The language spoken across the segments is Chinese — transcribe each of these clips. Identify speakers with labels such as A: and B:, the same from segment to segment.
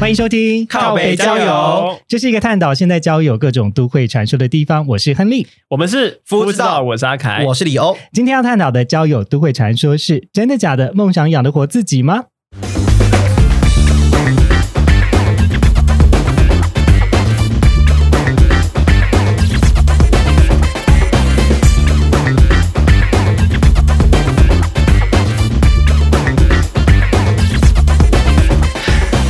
A: 欢迎收听
B: 靠北交友，
A: 这是一个探讨现代交友各种都会传说的地方。我是亨利，
B: 我们是
C: 夫
B: 知
C: 知
B: 道，
C: 道
B: 我是阿凯，
C: 我是李欧，
A: 今天要探讨的交友都会传说是真的假的？梦想养得活自己吗？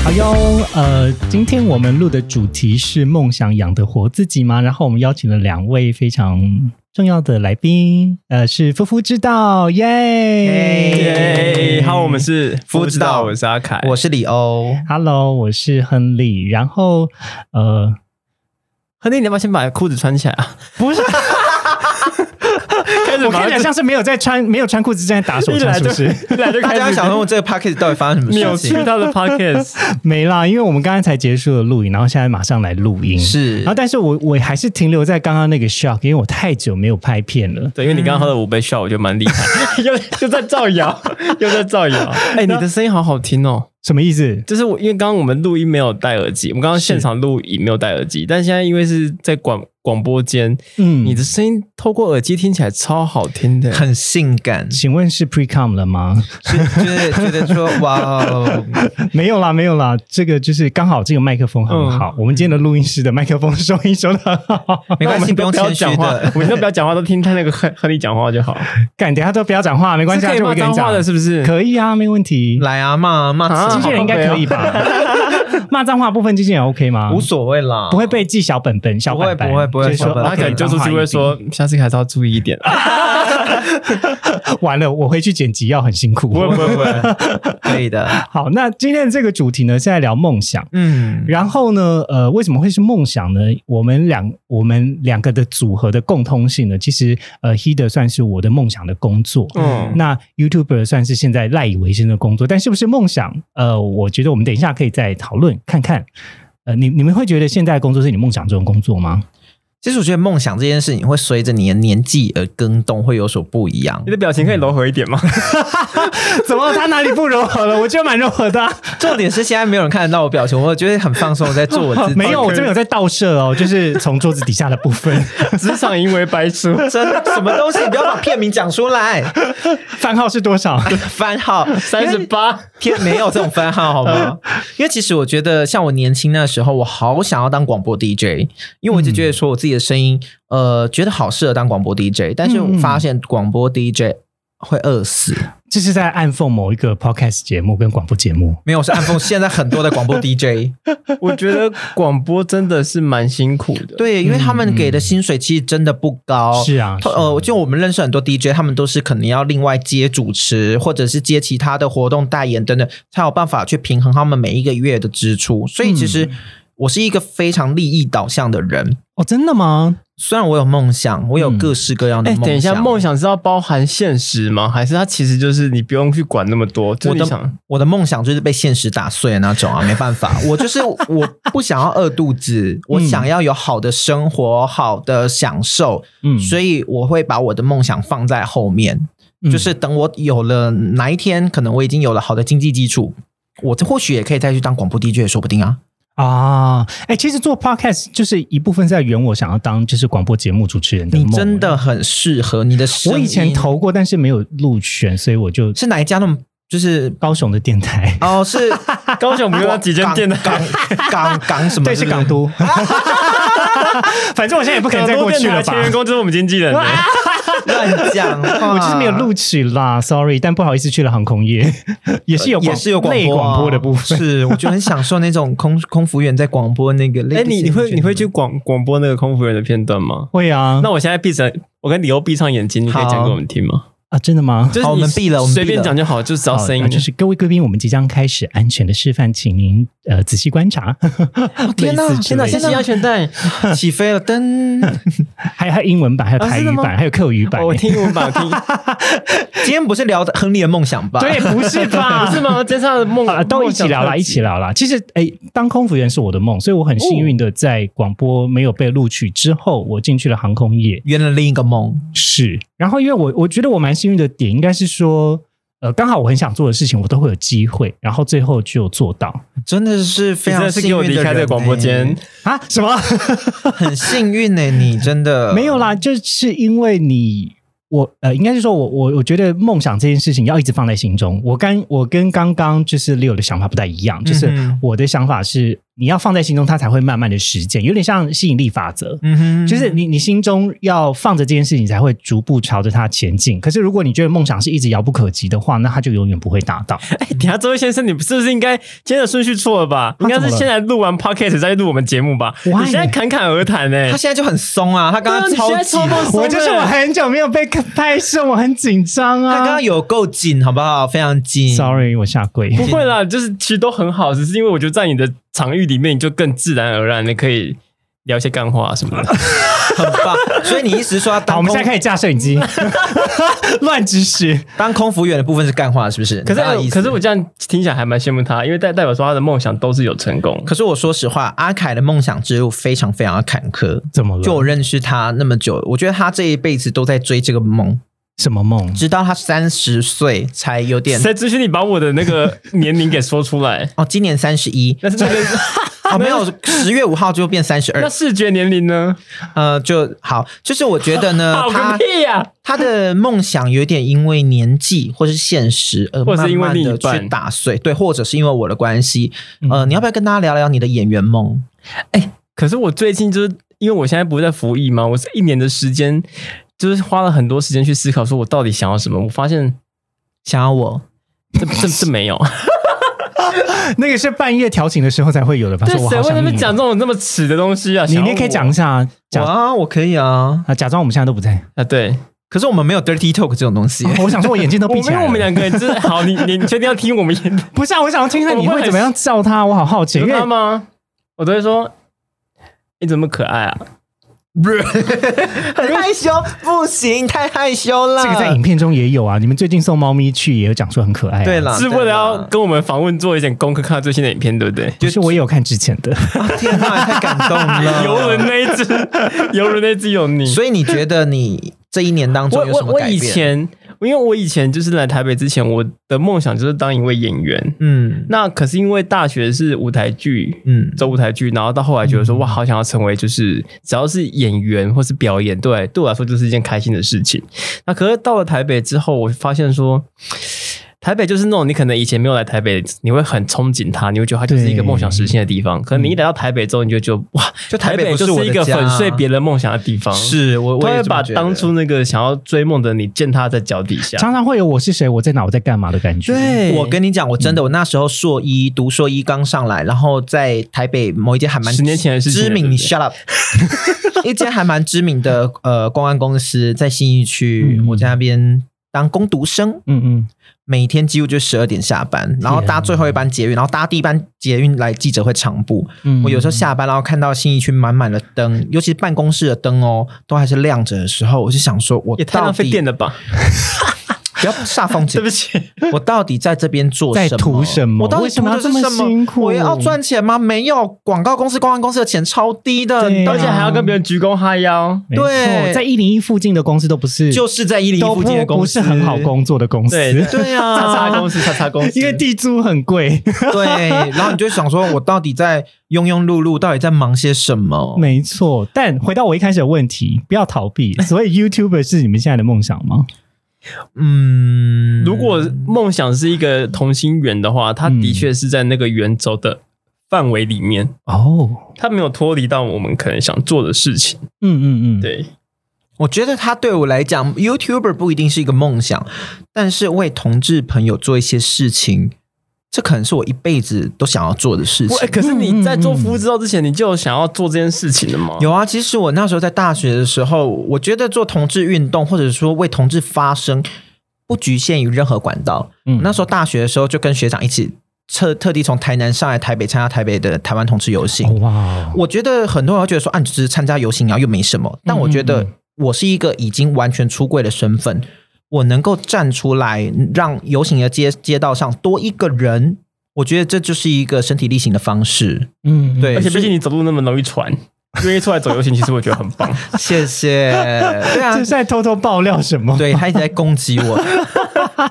A: 好哟，呃，今天我们录的主题是梦想养得活自己吗？然后我们邀请了两位非常重要的来宾，呃，是夫妇之道，耶！
B: 耶。好，我们是
C: 夫知道
B: 我是阿凯，
C: 我是李欧。
A: Hello，我是亨利。然后，呃，
B: 亨利，你要不要先把裤子穿起来啊？
A: 不是，
B: 开始
A: 我看
B: 马上
A: 起来像是没有在穿，没有穿裤子正在打手
B: 一
A: 枪，
B: 来
A: 是
B: 就
A: 不是？
B: 一啊来就
C: 大
B: 开
C: 家
B: 始
C: 想问这个 podcast 到底发生什
B: 扭
C: 么事
B: 曲
C: 情？
B: 他的 pockets，
A: 没啦，因为我们刚刚才结束了录影，然后现在马上来录音。
C: 是
A: 然后但是我我还是停留在刚刚那个 shock，因为我太久没有拍片了。
B: 对，因为你刚刚喝了五杯 shot，我觉得蛮厉害， 又又在造谣，又在造谣。哎，你的声音好好听哦。
A: 什么意思？
B: 就是我，因为刚刚我们录音没有戴耳机，我们刚刚现场录影没有戴耳机，但现在因为是在广广播间，
A: 嗯，
B: 你的声音透过耳机听起来超好听的，
C: 很性 感，
A: 请问是 pre com 了吗？
C: 就是觉得说哇哦，
A: 没有啦，没有啦，这个就是刚好这个麦克风很好，
C: 嗯
A: 我们今天的录音室的麦克风收音收的很 好。
C: 没关系，不用
B: 我们都不要
C: 谦虚
B: 讲话，
C: 的。
B: 我们都不要讲话，都听他那个和和你讲话就好。
A: 干，等一下都不要讲话，没关系啊，
B: 是可以
A: 就我
B: 骂
A: 跟你
B: 脏
A: 讲
B: 话的，是不是？
A: 可以啊，没问题。
C: 来啊，骂啊骂
B: 啊
A: 经纪
C: 自己
A: 人应该可以吧？骂脏话部分经纪人 OK 吗？
C: 啊无所谓啦，
A: 不会被记小本本，小本本
C: 不会不会
A: 就是说
C: 小本本
B: 他
A: OK，
B: 可能就出去会说，下次还是要注意一点。啊
A: 脏话一定完了，我回去剪辑要很辛苦。
B: 不会不会不会，
C: 可以的。
A: 好，那今天的这个主题呢是在聊梦想。
C: 嗯，
A: 然后呢，呃，为什么会是梦想呢？我们两我们两个的组合的共通性呢，其实呃，Heder 算是我的梦想的工作。
B: 嗯，
A: 那 YouTuber 算是现在赖以为生的工作，但是不是梦想？呃，我觉得我们等一下可以再讨论看看。呃，你你们会觉得现在的工作是你梦想中的工作吗？
C: 其实我觉得梦想这件事情会随着你的年纪而更动，会有所不一样
B: 你。的表情可以柔和一点吗？
A: 怎么他哪里不柔和了？我觉得蛮柔和的啊、
C: 重点是现在没有人看得到我表情，我觉得很放松，我在做我自己。
A: 没有，我这边有在倒射哦，就是从桌子底下的部分。
B: 职场因为白痴，
C: 真的什么东西，你不要把片名讲出来。
A: 番号是多少？
C: 番 号
B: 三十八，
C: 天没有这种番号好吗？因为其实我觉得，像我年轻那时候，我好想要当广播 DJ，因为我一直觉得说我自己的声音，呃，觉得好适合当广播 DJ，但是我发现广播 DJ 会饿死。
A: 这是在暗讽某一个 podcast 节目跟广播节目。
C: 没有，是暗讽现在很多的广播 DJ，
B: 我觉得广播真的是蛮辛苦的。，
C: 对，因为他们给的薪水其实真的不高。
A: 是啊，是啊
C: 呃，就我们认识很多 DJ，他们都是可能要另外接主持，或者是接其他的活动代言等等，才有办法去平衡他们每一个月的支出。所以其实
B: 嗯
C: 我是一个非常利益导向的人，
A: 哦，真的吗？
C: 虽然我有梦想，我有各式各样的
B: 哎，
C: 梦想。
B: 等一下，梦想是要包含现实吗？还是它其实就是你不用去管那么多？就
C: 我
B: 是你
C: 的
B: 想，
C: 我的梦想就是被现实打碎的那种啊，没办 法，我就是我不想要饿肚子，我想要有好的生活、好的享受，
A: 嗯
C: 所以我会把我的梦想放在后面，
A: 以
C: 就是等我有了哪一天，可能我已经有了好的经济基础，我或许也可以再去当广播 DJ 也说不定啊。
A: 啊，哎，其实做 podcast 就是一部分在圆我想要当就是广播节目主持人的
C: 你
A: 梦。欸
C: 真，的很适合你的声音。
A: 我以前投过，但是没有入选，所以我就是
C: 哪一家那么就是。
A: 高雄的电台，
C: 哦，是
B: 高雄不有那几间店的，
C: 港港港港什么？
A: 对，
C: 不
A: 是港都。嗯 反正我现在也不可能再过去了吧
B: 前。员工就是我们经纪人啊呢。
C: 乱讲话，
A: 我就是没有录取啦，sorry，但不好意思去了航空业， 也是有广
C: 也是有广
A: 类
C: 播啊
A: 广播的部分。
C: 是我就很享受那种空空服员在广播那个。
B: 哎，你你会嗯你会去广广播那个空服人的片段吗？
A: 会啊，
B: 那我现在闭上，我跟李欧闭上眼睛，你可以讲给我们听吗？
A: 啊，真的吗？
B: 就是
C: 好我
B: 你
C: 们闭了我们
B: 随
C: 闭
B: 便
C: 了
B: 讲就好，就只要
A: 好
B: 声音
A: 那哦啊就是各位贵宾，我们即将开始安全的示范，请您呃仔细观察。
C: 天哪
A: 类似之
C: 哦天哪
A: 类的
C: 现在
B: 系安全带，
C: 起飞了，噔！
A: 还有还有英文版，还有
B: 啊
A: 台
B: 真的
A: 语
B: 吗
A: 版，还有客语版
B: 哦。我听我把听，
C: 今天不是聊亨利的梦想吧？
A: 对，不是吧？
B: 不 是吗？今天他的梦
A: 啊，都一起聊啦，一起。聊啦。其实，哎，当空服员是我的梦，所以我很幸运的在广播没有被录取之后，我进去了航空业。
C: 圆了另一个梦，
A: 是，然后因为我我觉得我蛮幸运的点，应该是说，呃，刚好我很想做的事情，我都会有机会，然后最后就有做到
C: 真的是
B: 特
C: 非
B: 辑你真
C: 常
B: 的是给
C: 幸
B: 我
C: 运
B: 离
C: 的
B: 开这个
C: 人
B: 广播间
C: 欸，，
A: 啊？什么？
C: 很幸运呢、欸你真的
A: 没有啦，就是因为你。我呃，应该是说我，我我觉得梦想这件事情要一直放在心中。我跟我跟刚刚就是 Leo 的想法不太一样， 就是
C: 嗯哼
A: 我的想法是你要放在心中，它才会慢慢的实践，有点像吸引力法则。
C: 嗯哼，
A: 就是你你心中要放着这件事情，才会逐步朝着它前进。可是如果你觉得梦想是一直遥不可及的话，那它就永远不会达 到。
B: 哎，等一下这位先生， 你是不是应该今天的顺序错了吧？应该
A: 怎
B: 是
A: 么了
B: 先来录完 podcast 再录我们节目吧？你
A: Why？
B: 现在侃侃而谈欸呢
C: 他？现在就很松啊，他刚刚
B: 对啊你
C: 超
B: 现在
C: 级
B: 超放松
A: 我就是我很久没有被拍摄，我很紧张
C: 他刚
A: 啊
C: 刚。有够紧，好不好？非常紧。
A: Sorry，我下跪。
B: 不会啦，就是其实都很好，只是因为我觉得在你的场域里面，你就更自然而然的可以聊一些干话什么的。
C: 很棒。所以你意思是说要
A: 好，我
C: 当
A: 们
C: 空
A: 现在开始架摄影机，乱指使。
C: 当空服员的部分是干话，是不是？
B: 可
C: 你这样的意
B: 是
C: 思
B: 可是我这样听起来还蛮羡慕他，因为代代表说他的梦想都是有成功。
C: 可是我说实话，阿凯的梦想之路非常非常的坎坷。
A: 怎么
C: 就
A: 了？
C: 我认识他那么久，我觉得他这一辈子都在追这个梦，
A: 什么梦？
C: 直到他三十岁才有点
B: 谁允许你把我的那个年龄给说出来？
C: 哦，今年三十 一
B: 但是 那个
C: 啊，没有，十月五号就变三十
B: 那
C: 二，
B: 视觉年龄呢？
C: 呃，就好，就是我觉得呢，
B: 好个
C: 他
B: 屁呀、
C: 他的梦想有点因为年纪或是现实而
B: 或者
C: 慢
B: 是因为
C: 慢
B: 另
C: 的
B: 一半嗯
C: 去打碎，对，或者是因为我的关系，呃，你要不要跟大家聊聊你的演员梦？
B: 可是我最近就是因为我现在不是在服役嘛，我是一年的时间，就是花了很多时间去思考，说我到底想要什么。我发现
C: 想要我
B: 这这这没有，
A: 那个是半夜调情的时候才会有的吧？
B: 对
A: 说我
B: 谁
A: 好
B: 会在那
A: 想
B: 边
A: 你。
B: 讲这种这么耻的东西啊？
A: 你
B: 想要
A: 你可以
B: 我
A: 讲一下啊，
C: 我
A: 假
C: 啊，我可以啊，
A: 啊，假装我们现在都不 在。
B: 啊？对，
C: 可是我们没有 dirty talk 这种东西。
B: 哦
A: 我想说，我眼睛都
B: 我
A: 闭
B: 因
A: 起来
B: 为
A: 了。
B: 我们两个人真的好，你你你确定要听我们演
A: 不是啊，我想要听看你会怎么样叫他，我好好奇，因
B: 你知
A: 为
B: 道吗？我都会说你怎么那么可爱啊？
C: 很害羞，不行，太害羞了。
A: 这个在影片中也有啊。你们最近送猫咪去也有讲说很可爱、啊，
C: 对。了，
B: 是为了要
C: 对啦
B: 跟我们访问做一点功课，看到最新的影片，对不对？
A: 就是我也有看之前的，
C: 啊天哪，太感动了。
B: 游轮那一只，游轮那一只有你。
C: 所以你觉得你这一年当
B: 我
C: 中有
B: 我
C: 什么
B: 我
C: 改变？
B: 以前，因为我以前就是来台北之前，我的梦想就是当一位演员。
C: 嗯
B: 那可是因为大学是舞台剧，
C: 嗯，
B: 走舞台剧，然后到后来觉得说，哇，好想要成为就是只要是演员或是表演，对对我来说就是一件开心的事情。那可是到了台北之后，我发现说。台北就是那种你可能以前没有来台北，你会很憧憬它，你会觉得它就是一个
A: 对
B: 梦想实现的地方。可能你一来到台北之后，你就觉得哇，
C: 就台
B: 台
C: 北
B: 北
C: 不
B: 就是
C: 我
B: 是
C: 的
B: 一个
C: 家
B: 粉碎别人梦想的地方。
C: 是我我
B: 他
C: 也
B: 会
C: 这么
B: 把
C: 觉得
B: 当初那个想要追梦的你践踏在脚底下。
A: 常常会有我是谁，我在哪，我在干嘛的感觉。，
C: 我跟你讲，我真的，我那时候硕一读硕一刚上来，然后在台北某一间还蛮
B: 十年前的事情
C: 知
B: 了对
C: 名，
B: 不
C: 你
B: 对
C: shut up，一间还蛮知名的呃公安公司在信义区，
A: 嗯
C: 我在那边当工读生，
A: 嗯嗯，
C: 每天几乎就十二点下班，然后搭最后一班捷运，然后搭第一班捷运来记者会长步。
A: 嗯
C: 我有时候下班，然后看到信义区满满的灯，尤其是办公室的灯哦，都还是亮着的时候，我就想说，我
B: 也太
C: 到
B: 浪费
C: 底
B: 电了吧？
C: 不要煞 风景
B: 对不，起，
C: 我到底在这边做
A: 在
C: 什么？
A: 图什么
C: 我到底
A: 为什
C: 图
A: 么
C: 的
A: 要
C: 是
A: 这么
C: 什么？
A: 辛苦
C: 我要赚钱吗？没有，广告公司、公关公司的钱超低的，
A: 对啊
B: 而且还要跟别人鞠躬哈腰。
A: 没错
C: 对
A: 在一零一附近的公司都不是，
C: 就是在一零
A: 都
C: 一附
A: 不
C: 近的公司，
A: 不是很好工作的公司，
B: 对
C: 对
B: 叉叉
C: 啊，
B: 公司，叉叉公司，
A: 因为地租很贵。
C: 对，然后你就想说，我到底在庸庸碌碌，到底在忙些什么？
A: 没错，但回到我一开始的问题，不要逃避。所以 YouTuber 是你们现在的梦想吗？
C: 嗯，
B: 如果梦想是一个同心圆的话，它的确是在那个圆轴的范围里面，
A: 哦，
B: 它没有脱离到我们可能想做的事情。
A: 嗯嗯嗯，，
B: 对，
C: 我觉得他对我来讲，YouTuber 不一定是一个梦想，但是为同志朋友做一些事情，这可能是我一辈子都想要做的事情
B: 我。哎可
A: 嗯
B: 是你在做服务制造之前，你就有想要做这件事情的吗？
A: 嗯
C: 有啊，其实我那时候在大学的时候，我觉得做同志运动或者说为同志发声，不局限于任何管道。
A: 嗯
C: 那时候大学的时候就跟学长一起特特地从台南上来台北参加台北的台湾同志游行。
A: 哦哇哦，
C: 我觉得很多人会觉得说，啊，你只是参加游行，然后又没什么。但我觉
A: 嗯
C: 得我是一个已经完全出柜的身份，我能够站出来，让游行的街街道上多一个人，我觉得这就是一个身体力行的方式。
A: 嗯，
C: 对，
B: 而且毕
C: 所以
B: 竟你走路那么容易喘，愿意出来走游行，其实我觉得很棒。
C: 谢谢，对啊
A: 这是，在偷偷爆料什么？
C: 对他一直在攻击我。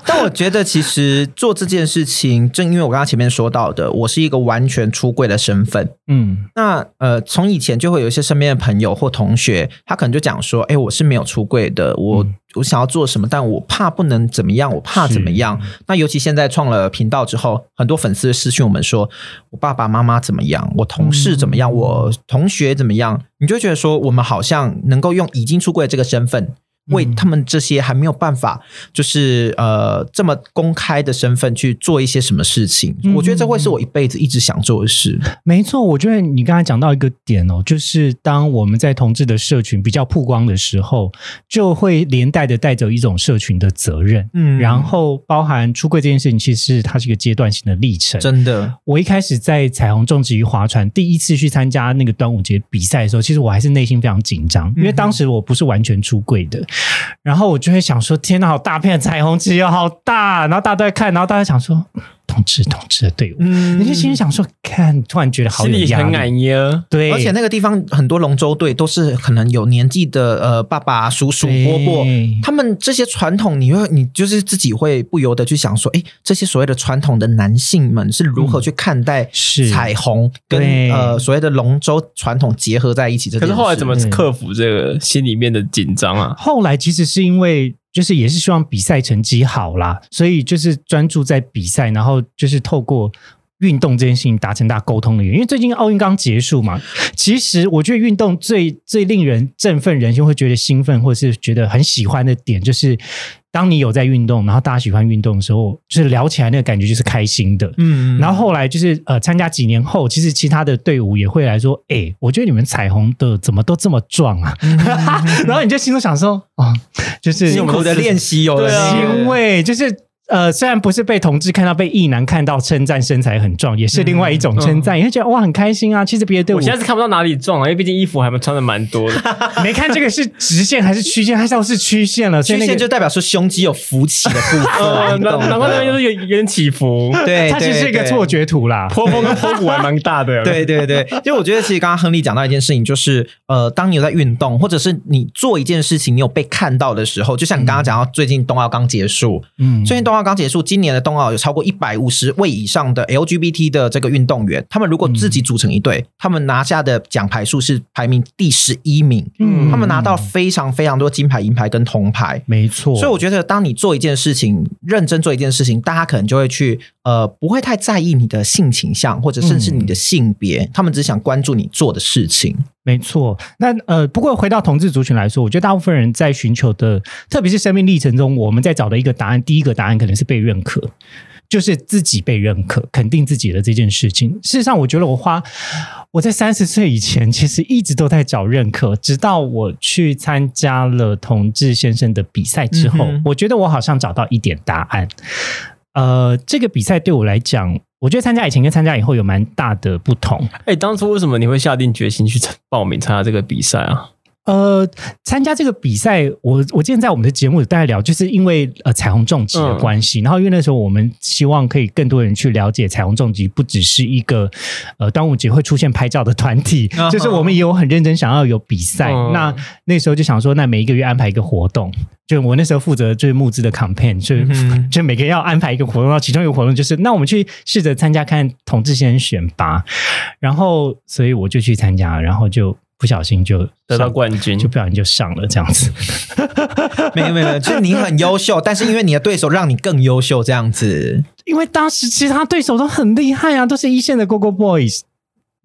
C: 但我觉得，其实做这件事情，正因为我刚刚前面说到的，我是一个完全出柜的身份，
A: 嗯
C: 那呃，从以前就会有一些身边的朋友或同学，他可能就讲说：“哎、我是没有出柜的，我、
A: 嗯
C: 我想要做什么，但我怕不能怎么样，我怕怎么样。”那尤其现在创了频道之后，很多粉丝私讯我们说：“我爸爸妈妈怎么样？我同事怎么
A: 嗯
C: 样？我同学怎么样？”你就觉得说，我们好像能够用已经出柜的这个身份。为
A: 嗯
C: 他们这些还没有办法，就是呃这么公开的身份去做一些什么事情，
A: 嗯
C: 我觉得这会是我一辈子一直想做的事。
A: 没错，我觉得你刚才讲到一个点哦，就是当我们在同志的社群比较曝光的时候，就会连带的带走一种社群的责任，
C: 嗯
A: 然后包含出柜这件事情，其实它是一个阶段性的历程。
C: 真的，
A: 我一开始在彩虹种植与划船第一次去参加那个端午节比赛的时候，其实我还是内心非常紧张，
C: 嗯
A: 因为当时我不是完全出柜的，然后我就会想说：天哪，好大片的彩虹旗哦，好大！然后大家都在看，然后大家想说：同志，同志的队伍。
C: 嗯
A: 你就心里想说，看，突然觉得 好
B: 心
A: 有
B: 里
A: 压
B: 很
A: 力，
B: 感耶。
A: 对，
C: 而且那个地方很多龙舟队都是可能有年纪的呃爸爸、叔叔、伯伯，
A: 对
C: 他们这些传统，你会你就是自己会不由得去想说，哎，这些所谓的传统的男性们是如
B: 嗯
C: 何去看待
A: 是
C: 彩虹
A: 对
C: 跟呃所谓的龙舟传统结合在一起这
B: 可
C: 件
B: 是
C: 事？
B: 后来怎么克服这个心里面的紧张啊？
A: 后来其实是因为就是也是希望比赛成绩好啦，所以就是专注在比赛，然后就是透过。运动这件事情达成大家沟通的原因，因为最近奥运刚结束嘛，其实我觉得运动最最令人振奋人心，会觉得兴奋，或者是觉得很喜欢的点，就是当你有在运动，然后大家喜欢运动的时候，就是聊起来那个感觉就是开心的。
C: 嗯？嗯，
A: 然后后来就是呃，参加几年后，其实其他的队伍也会来说，哎、我觉得你们彩虹的怎么都这么壮啊？
B: 嗯
A: 然后你就心中想说，啊、就是
C: 辛苦的练习有了
B: 对啊
C: 那个
A: 欣慰，就是。呃，虽然不是被同志看到，被异男看到称赞身材很壮，也是另外一种称赞，也会觉得哇很开心啊。其实别的队伍
B: 嗯我现在是看不到哪里撞啊了，因为毕竟衣服还蛮穿的蛮多的。
A: 没看这个是直线还是曲线，它倒是曲线了，所以
C: 曲
A: 那
C: 线就
A: 个
C: 代表说胸肌有浮起的部
B: 呃，
C: 分，你
B: 难
C: 哦懂的
B: 难怪那边就是有有点起伏，
C: 对，
A: 它其实
C: 对
A: 是一个
C: 对
A: 错觉图啦。
B: 坡峰跟坡谷还蛮 大的。
C: 对对对，因为我觉得其实刚刚亨利讲到一件事情，就是呃，当你有在运动，或者是你做一件事情，你有被看到的时候，就像你刚刚讲到，最近冬奥刚结束，
A: 嗯，
C: 最近冬奥刚结束，今年的冬奥有超过一百五十位以上的 LGBT 的这个运动员，他们如果自己组成一
A: 嗯
C: 队，他们拿下的奖牌数是排名第十一名，
A: 嗯
C: 他们拿到非常非常多金牌、银牌跟铜牌。
A: 没错，
C: 所以我觉得，当你做一件事情，认真做一件事情，大家可能就会去呃，不会太在意你的性倾向，或者甚至你的性别，他们只想关注你做的事情。
A: 没错，那呃，不过回到同志族群来说，我觉得大部分人在寻求的，特别是生命历程中，我们在找的一个答案，第一个答案可能是被认可，就是自己被认可，肯定自己的这件事情。事实上，我觉得我花我在三十岁以前，其实一直都在找认可，直到我去参加了同志先生的比赛之后，
C: 嗯哼
A: 我觉得我好像找到一点答案。呃，这个比赛对我来讲，我觉得参加以前跟参加以后有蛮大的不同。
B: 哎，当初为什么你会下定决心去参报名参加这个比赛啊？
A: 呃，参加这个比赛，我我之前在我们的节目有大概聊，就是因为呃彩虹种植
B: 嗯
A: 的关系，然后因为那时候我们希望可以更多人去了解彩虹种植，不只是一个呃端午节会出现拍照的团体，
C: 啊哈
A: 就是我们也有很认真想要有比赛。
B: 嗯
A: 那那时候就想说，那每一个月安排一个活动，就我那时候负责就是募资的 campaign，就是、
C: 嗯哼
A: 就每个人要安排一个活动，然后其中一个活动就是，那我们去试着参加看同志先生选拔，然后所以我就去参加，然后就。不小心就
B: 得到
A: 上
B: 冠军
A: 就不小心就上了这样子。
C: 没有没有，没有就是你很优秀，但是因为你的对手让你更优秀，这样子。
A: 因为当时其他对手都很厉害啊，都是一线的 Gogo Boys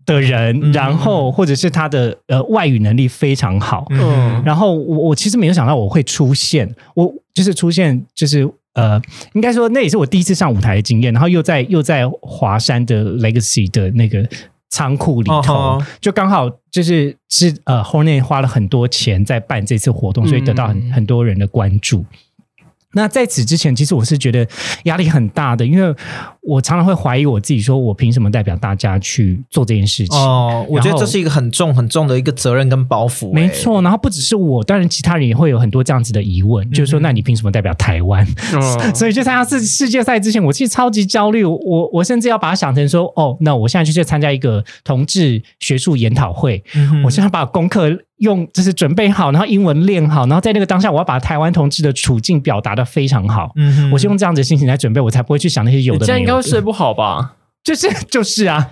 A: 的人，
C: 嗯
A: 然后或者是他的呃外语能力非常好。
B: 嗯
C: 嗯，
A: 然后我我其实没有想到我会出现，我就是出现就是。呃，应该说那也是我第一次上舞台的经验，然后又在又在华山的 Legacy 的那个仓库里头
C: 哦吼
A: 就刚好就是是
C: 嗯
A: 呃 Hornet 花了很多钱在办这次活动，所以得到很、很多人的关注。那在此之前，其实我是觉得压力很大的，因为我常常会怀疑我自己，说我凭什么代表大家去做这件事情？
C: 哦，我觉得这是一个很重很重的一个责任跟包袱、哎
A: 没，错，然后不只是我，当然其他人也会有很多这样子的疑问，就是说，那你凭什么代表台湾？
B: 嗯，
A: 所以去参加世世界赛之前，我其实超级焦虑，我我甚至要把它想成说，哦，那我现在就去参加一个同志学术研讨会，
C: 嗯
A: 我现在把功课用就是准备好，然后英文练好，然后在那个当下，我要把台湾同志的处境表达的非常好。
C: 嗯哼
A: 我是用这样子的心情来准备，我才不会去想那些有
B: 你
A: 的
B: 这样
A: 没
B: 应该
A: 有
B: 会
A: 的。
B: 睡不好吧？
A: 就是就是啊，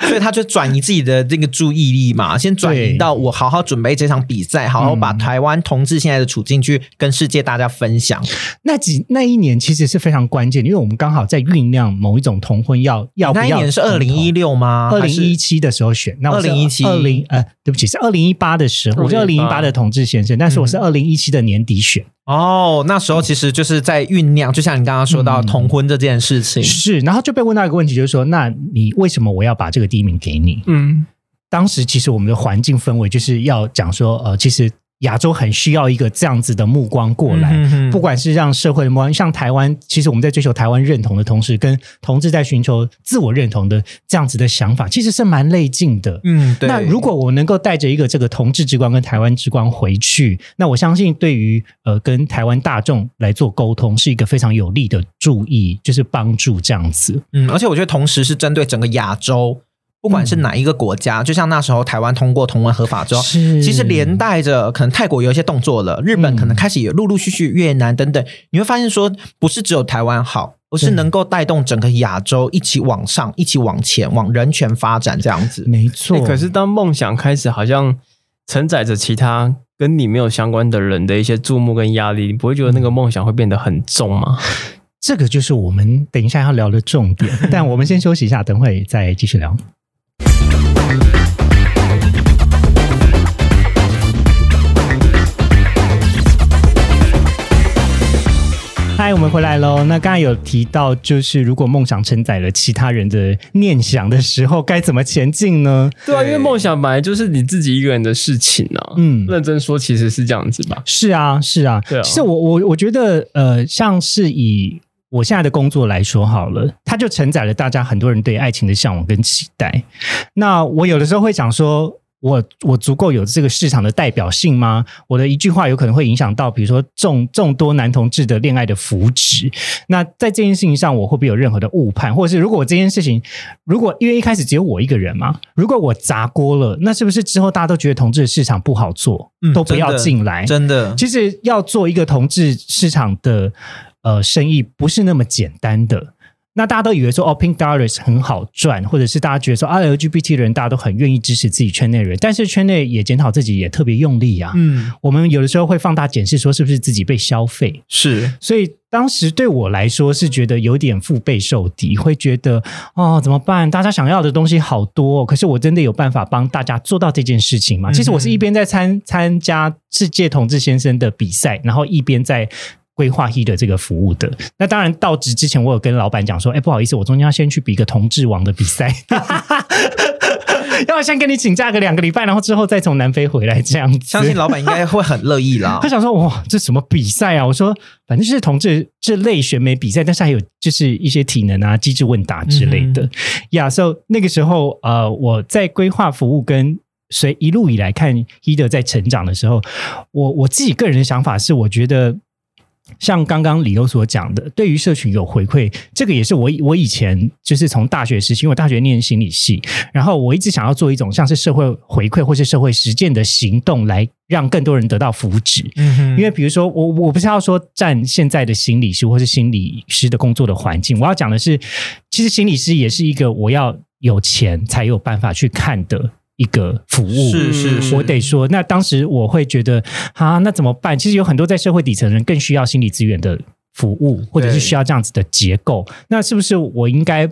C: 所以他就转移自己的这个注意力嘛，先转移到我好好准备这场比赛，好好把台湾同志现在的处境去跟世界大家分享。
A: 那几那一年其实是非常关键的，因为我们刚好在酝酿某一种同婚要要不
C: 那
A: 要
C: 一年是嗯二零一六吗？
A: 二
C: 还
A: 零
C: 是
A: 一七的时候选，那我
C: 2017
A: 啊二零呃，对不起，是二零一八的时候，我是二零一八嗯
B: 2018
A: 的同志先生，但是我是二零一七的年底选，
C: 哦，那时候其实就是在酝酿，就像你刚刚说到
A: 嗯
C: 同婚这件事情，
A: 是，然后就被问到一个问题，就是说，那你为什么我要把这个第一名给你？
B: 嗯，
A: 当时其实我们的环境氛围就是要讲说，呃，其实亚洲很需要一个这样子的目光过来，
C: 嗯哼
A: 不管是让社会的目光，像台湾，其实我们在追求台湾认同的同时，跟同志在寻求自我认同的这样子的想法，其实是蛮累进的。
C: 嗯，对。
A: 那如果我能够带着一个这个同志之光跟台湾之光回去，那我相信对于呃跟台湾大众来做沟通是一个非常有利的注意，就是帮助这样子。
C: 嗯，而且我觉得同时是针对整个亚洲，不管是哪一个国家，就像那时候台湾通过同文合法之后，
A: 是
C: 其实连带着可能泰国有一些动作了，日本
A: 嗯
C: 可能开始也陆陆续续越南等等，你会发现说不是只有台湾好，而是
A: 对
C: 能够带动整个亚洲一起往上，一起往前，往人权发展这样子。
A: 没错、
B: 欸可是当梦想开始，好像承载着其他跟你没有相关的人的一些注目跟压力，你不会觉得那个梦想会变得很重吗？
A: 这个就是我们等一下要聊的重点，但我们先休息一下，等会再继续聊。嗨，我们回来喽。那刚才有提到，就是如果梦想承载了其他人的念想的时候，该怎么前进呢？
B: 对啊，因为梦想本来就是你自己一个人的事情啊。
A: 嗯
B: 认真说，其实是这样子吧。
A: 是啊，是啊。
B: 对啊
A: 其实我我我觉得，呃，像是以我现在的工作来说好了，它就承载了大家很多人对爱情的向往跟期待。那我有的时候会想说。我我足够有这个市场的代表性吗？我的一句话有可能会影响到，比如说众众多男同志的恋爱的福祉。那在这件事情上，我会不会有任何的误判？或者是如果我这件事情，如果因为一开始只有我一个人嘛，如果我砸锅了，那是不是之后大家都觉得同志的市场不好做，
C: 嗯
A: 都不要
C: 真的
A: 进来？
C: 真的，
A: 其实要做一个同志市场的呃生意，不是那么简单的。那大家都以为说哦，Pink Dollars 很好赚，或者是大家觉得说啊，LGBT 的人大家都很愿意支持自己圈内的人，但是圈内也检讨自己，也特别用力啊。
C: 嗯，
A: 我们有的时候会放大检视，说是不是自己被消费。
C: 是
A: 所以当时对我来说是觉得有点腹背受敌，会觉得哦怎么办？大家想要的东西好多哦、可是我真的有办法帮大家做到这件事情吗？
C: 嗯哼
A: 其实我是一边在参参加世界同志先生的比赛，然后一边在。规划 He 的这个服务的，那当然到职之前，我有跟老板讲说，哎，不好意思，我中间要先去比一个同志王的比赛， 要先跟你请假个两个礼拜，然后之后再从南非回来这样子。
C: 相信老板应该会很乐意啦
A: 他。想说哇，这什么比赛啊？我说反正就是同志这类选美比赛，但是还有就是一些体能啊、机制问答之类的。亚瑟、so, 那个时候，呃，我在规划服务跟随一路以来看伊德在成长的时候，我我自己个人的想法是，我觉得。像刚刚李优所讲的，对于社群有回馈，这个也是我以我以前就是从大学时期，因为我大学念心理系，然后我一直想要做一种像是社会回馈或是社会实践的行动，来让更多人得到福祉。
C: 嗯哼
A: 因为比如说，我我不是要说占现在的心理师或是心理师的工作的环境，我要讲的是，其实心理师也是一个我要有钱才有办法去看的一个服务。
C: 是是是，
A: 我得说，那当时我会觉得啊，那怎么办？其实有很多在社会底层的人更需要心理资源的服务，或者是
C: 对
A: 需要这样子的结构。那是不是我应该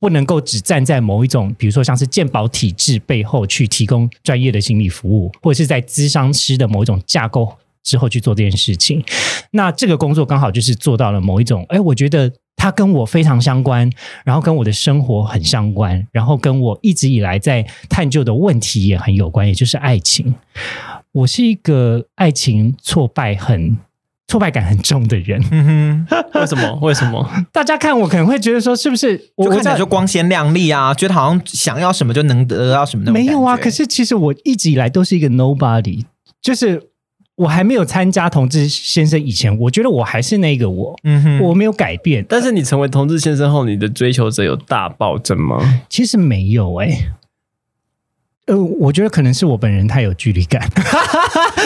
A: 不能够只站在某一种，比如说像是健保体制背后去提供专业的心理服务，或者是在咨商师的某一种架构之后去做这件事情？那这个工作刚好就是做到了某一种，哎，我觉得它跟我非常相关，然后跟我的生活很相关，然后跟我一直以来在探究的问题也很有关，也就是爱情。我是一个爱情挫败很挫败感很重的人。
C: 嗯哼，
B: 为什 么？为什么？
A: 大家看我可能会觉得说，是不是我
C: 就
A: 我
C: 看起来
A: 在
C: 就光鲜亮丽啊，觉得好像想要什么就能得到什么那种
A: 没有啊？
C: 感觉
A: 可是其实我一直以来都是一个 nobody，就是我还没有参加同志先生以前，我觉得我还是那个我，
C: 嗯哼，
A: 我没有改变。
B: 但是你成为同志先生后，你的追求者有大暴增吗？
A: 其实没有哎、呃，我觉得可能是我本人太有距离感。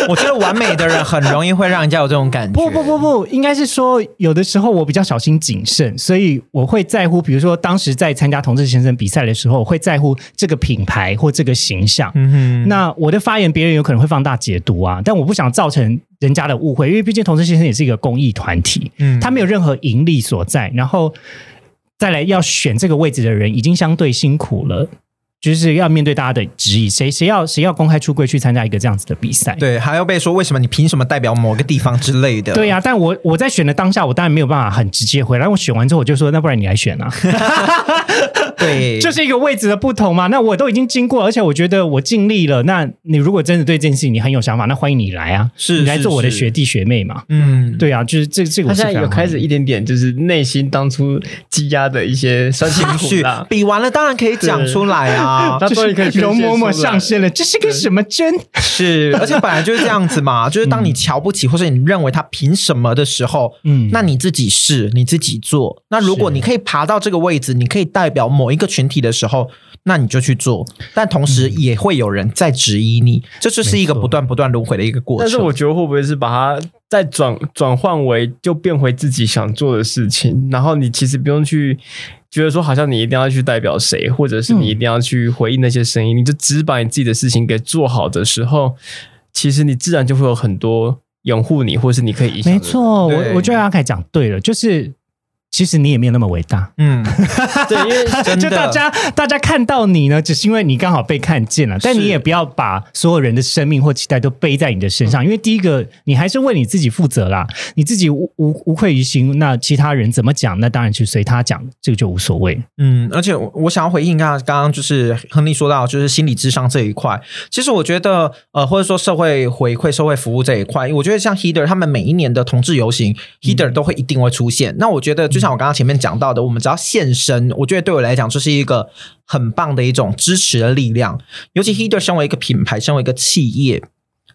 C: 我觉得完美的人很容易会让人家有这种感觉。
A: 不不不
C: 嗯
A: 不，应该是说有的时候我比较小心谨慎，所以我会在乎，比如说当时在参加同志先生比赛的时候，我会在乎这个品牌或这个形象。
C: 嗯哼，
A: 那我的发言，别人有可能会放大解读啊，但我不想造成人家的误会，因为毕竟同志先生也是一个公益团体，
C: 嗯
A: 他没有任何盈利所在，然后再来要选这个位置的人已经相对辛苦了，就是要面对大家的质疑，谁谁要谁要公开出柜去参加一个这样子的比赛？
C: 对，还要被说为什么你凭什么代表某个地方之类的？
A: 对呀、但我我在选的当下，我当然没有办法很直接回来。我选完之后，我就说，那不然你来选 啊，
C: 对，
A: 就是一个位置的不同嘛。那我都已经经过，而且我觉得我尽力了。那你如果真的对这件事情你很有想法，那欢迎你来啊，
C: 是
A: 你来做我的
C: 是是
A: 学弟学妹嘛。
C: 嗯，
A: 对啊，就是这这个
B: 他
A: 我是
B: 现在有
A: 非常欢
B: 开
A: 迎
B: 始一点点，就是内心当初积压的一些酸
C: 情
B: 辛苦
C: 绪
B: 辣。
C: 比完了，当然可以讲出来啊。
B: 他终于可以宣泄
A: 容嬷嬷
B: 出来
A: 上身了，这是个什么针？
C: 是，而且本来就是这样子嘛，就是当你瞧不起或者你认为他凭什么的时候，
A: 嗯
C: 那你自己是你自己做。那如果
A: 是
C: 你可以爬到这个位置，你可以代表某一个群体的时候，那你就去做。但同时也会有人在质疑你，这就是一个
A: 没错
C: 不断不断轮回的一个过程。
B: 但是我觉得会不会是把它再转转换为就变回自己想做的事情，然后你其实不用去觉得说好像你一定要去代表谁，或者是你
C: 嗯
B: 一定要去回应那些声音，你就只把你自己的事情给做好的时候，其实你自然就会有很多拥护你，或是你可以影响。
A: 没，错，
C: 对
A: 我我觉得阿凯讲对了，就是其实你也没有那么伟大。
C: 嗯，
B: 对，因为
C: 真
A: 就
C: 的
A: 大家大家看到你呢，只是因为你刚好被看见了，但
C: 是
A: 你也不要把所有人的生命或期待都背在你的身上，
C: 嗯
A: 因为第一个，你还是为你自己负责啦，你自己无无无愧于心，那其他人怎么讲，那当然去随他讲，这个就无所谓。
C: 嗯，而且我我想要回应刚刚刚刚就是亨利说到就是心理智商这一块，其实我觉得呃或者说社会回馈、社会服务这一块，我觉得像 Heater 他们每一年的同志游行、h e a t e r 都会一定会出现。那我觉得就像我刚刚前面讲到的，我们只要现身，我觉得对我来讲这是一个很棒的一种支持的力量。尤其 Heater 身为一个品牌，身为一个企业，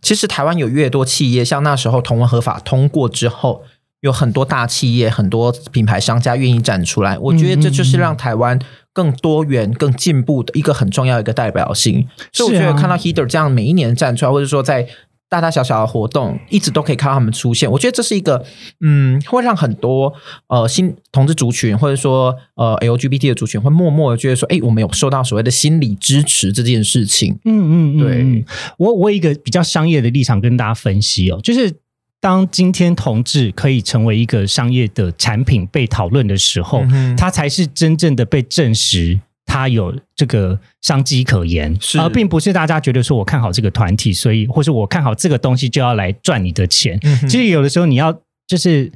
C: 其实台湾有越多企业，像那时候同文合法通过之后，有很多大企业、很多品牌商家愿意站出来。我觉得这就是让台湾更多元、更进步的一个很重要的一个代表性。所以我觉得
A: 是啊
C: 看到 Heater 这样每一年站出来，或者说在大大小小的活动，一直都可以看到他们出现。我觉得这是一个，嗯，会让很多呃新同志族群，或者说呃 LGBT 的族群，会默默的觉得说，哎、我们有受到所谓的心理支持这件事情。
A: 嗯嗯，嗯
C: 对
A: 嗯我我有一个比较商业的立场跟大家分析哦，就是当今天同志可以成为一个商业的产品被讨论的时候，
C: 嗯哼
A: 它才是真正的被证实。它有这个商机可言，
C: 是
A: 而并不是大家觉得说我看好这个团体，所以或是我看好这个东西就要来赚你的钱。
C: 嗯
A: 其实有的时候你要就是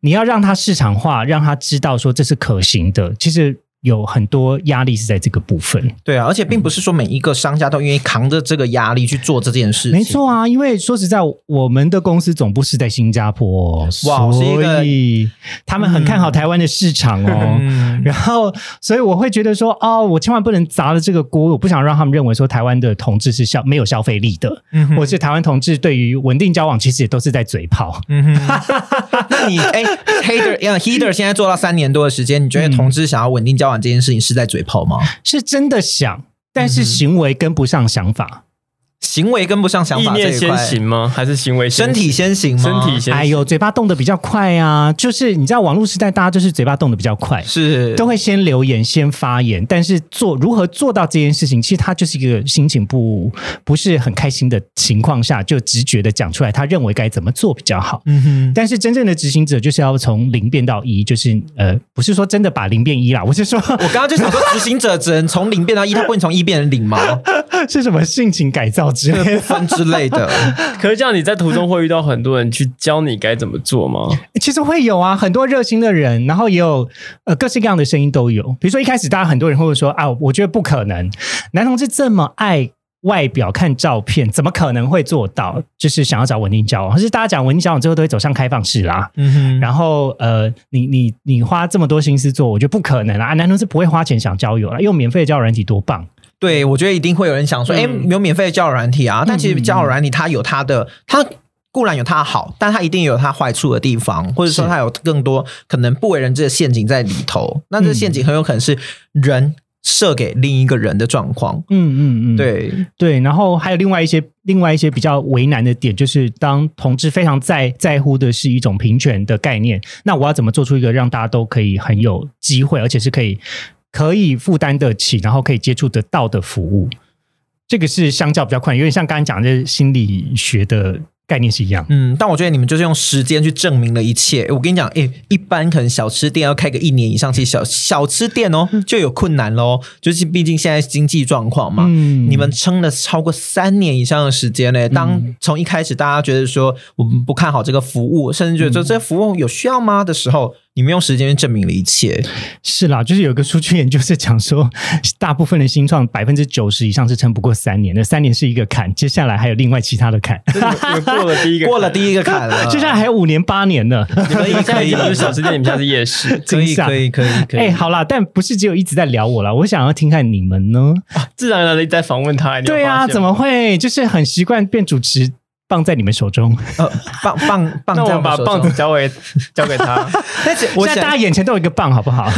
A: 你要让它市场化，让他知道说这是可行的。其实有很多压力是在这个部分。
C: 对啊，而且并不是说每一个商家都愿意扛着这个压力去做这件事情。哦
A: 没，错啊，因为说实在，我们的公司总部是在新加坡、哦
C: 哇是一个
A: 所以他们很看好台湾的市场哦。
C: 嗯，
A: 然后，所以我会觉得说，哦，我千万不能砸了这个锅，我不想让他们认为说台湾的同志是消没有消费力的，
C: 嗯哼
A: 或是台湾同志对于稳定交往其实也都是在嘴炮。
C: 嗯哼， 那你哎，Hater 呃 Heater 现在做到三年多的时间，你觉得同志想要稳定交往这件事情是在嘴炮吗？
A: 是真的想，但
C: 嗯
A: 是行为跟不上想法。
C: 行为跟不上 想
B: 意
C: 法这
B: 念
C: 一
B: 先
C: 块，
B: 行吗？还是行为先
C: 身
B: 行？
C: 体先行吗？
B: 身体先
A: 哎呦，嘴巴动得比较快啊！就是你知道，网络时代大家就是嘴巴动得比较快，
C: 是
A: 都会先留言、先发言，但是做如何做到这件事情，其实他就是一个心情不不是很开心的情况下，就直觉的讲出来，他认为该怎么做比较好。
C: 嗯哼，
A: 但是真正的执行者就是要从零变到一，就是呃，不是说真的把零变一啦， 我是说
C: 我刚刚就想说，执行者只能从零变到一，他不能从一变成零吗？
A: 是什么性情改造之类的。
C: 分之类的，
B: 可是这样你在途中会遇到很多人去教你该怎么 做吗？
A: 其实会有啊，很多热心的人，然后也有呃各式各样的声音都有。比如说一开始大家很多人会说啊，我觉得不可能，男同志这么爱外表看照片，怎么可能会做到？就是想要找稳定交往，可是大家讲稳定交往最后都会走向开放式啦。
C: 嗯哼，
A: 然后呃，你你你花这么多心思做，我觉得不可能啊！男同是不会花钱想交友了，用免费的交友软体多棒。
C: 对我觉得一定会有人想说，哎、
B: 嗯
C: 有免费的交友软体啊，但其实交友软体它有它的它。固然有它的好，但它一定有它坏处的地方，或者说
A: 是
C: 它有更多可能不为人知的陷阱在里头。那
B: 嗯
C: 这陷阱很有可能是人设给另一个人的状况。
A: 嗯嗯嗯，
C: 对，
A: 对。然后还有另外一些另外一些比较为难的点，就是当同志非常在在乎的是一种平权的概念，那我要怎么做出一个让大家都可以很有机会，而且是可以可以负担得起，然后可以接触得到的服务？这个是相较比较困难，有点像刚才讲的这心理学的概念是一样。
C: 嗯，但我觉得你们就是用时间去证明了一切。我跟你讲，诶、一般可能小吃店要开个一年以上，其实小小吃店哦就有困难喽，就是毕竟现在经济状况嘛。
A: 嗯
C: 你们撑了超过三年以上的时间
B: 嗯
C: 嘞。当从一开始大家觉得说我们不看好这个服务，甚至觉得
B: 嗯
C: 说这服务有需要吗的时候，你们用时间去证明了一切。
A: 是啦，就是有一个数据研究是讲说，大部分的新创百分之九十以上是撑不过三年的，三年是一个坎，接下来还有另外其他的坎，
C: 啊
B: 有过了第一个，
C: 过了第一个坎 了，
A: 接下来还有五年八年呢。
B: 你们现在已经不是小吃店，你们现在是夜市。
C: 可
A: 惊
C: 以
A: 吓
C: 可以可以可以。
A: 哎、好啦，但不是只有一直在聊我啦，我想要听看你们呢。
B: 自然而然的在访问他，你有
A: 对
B: 发
A: 啊，
B: 现
A: 怎么
B: 吗？
A: 会？就是很习惯变主持棒在你们手中，
C: 呃，棒棒棒
B: 那
C: 在
B: 我
C: 们
B: 们把
C: 手中
B: 棒子，交给交给 他，
C: 但是我
A: 现在大
C: 想
A: 家眼前都有一个棒，好不 好？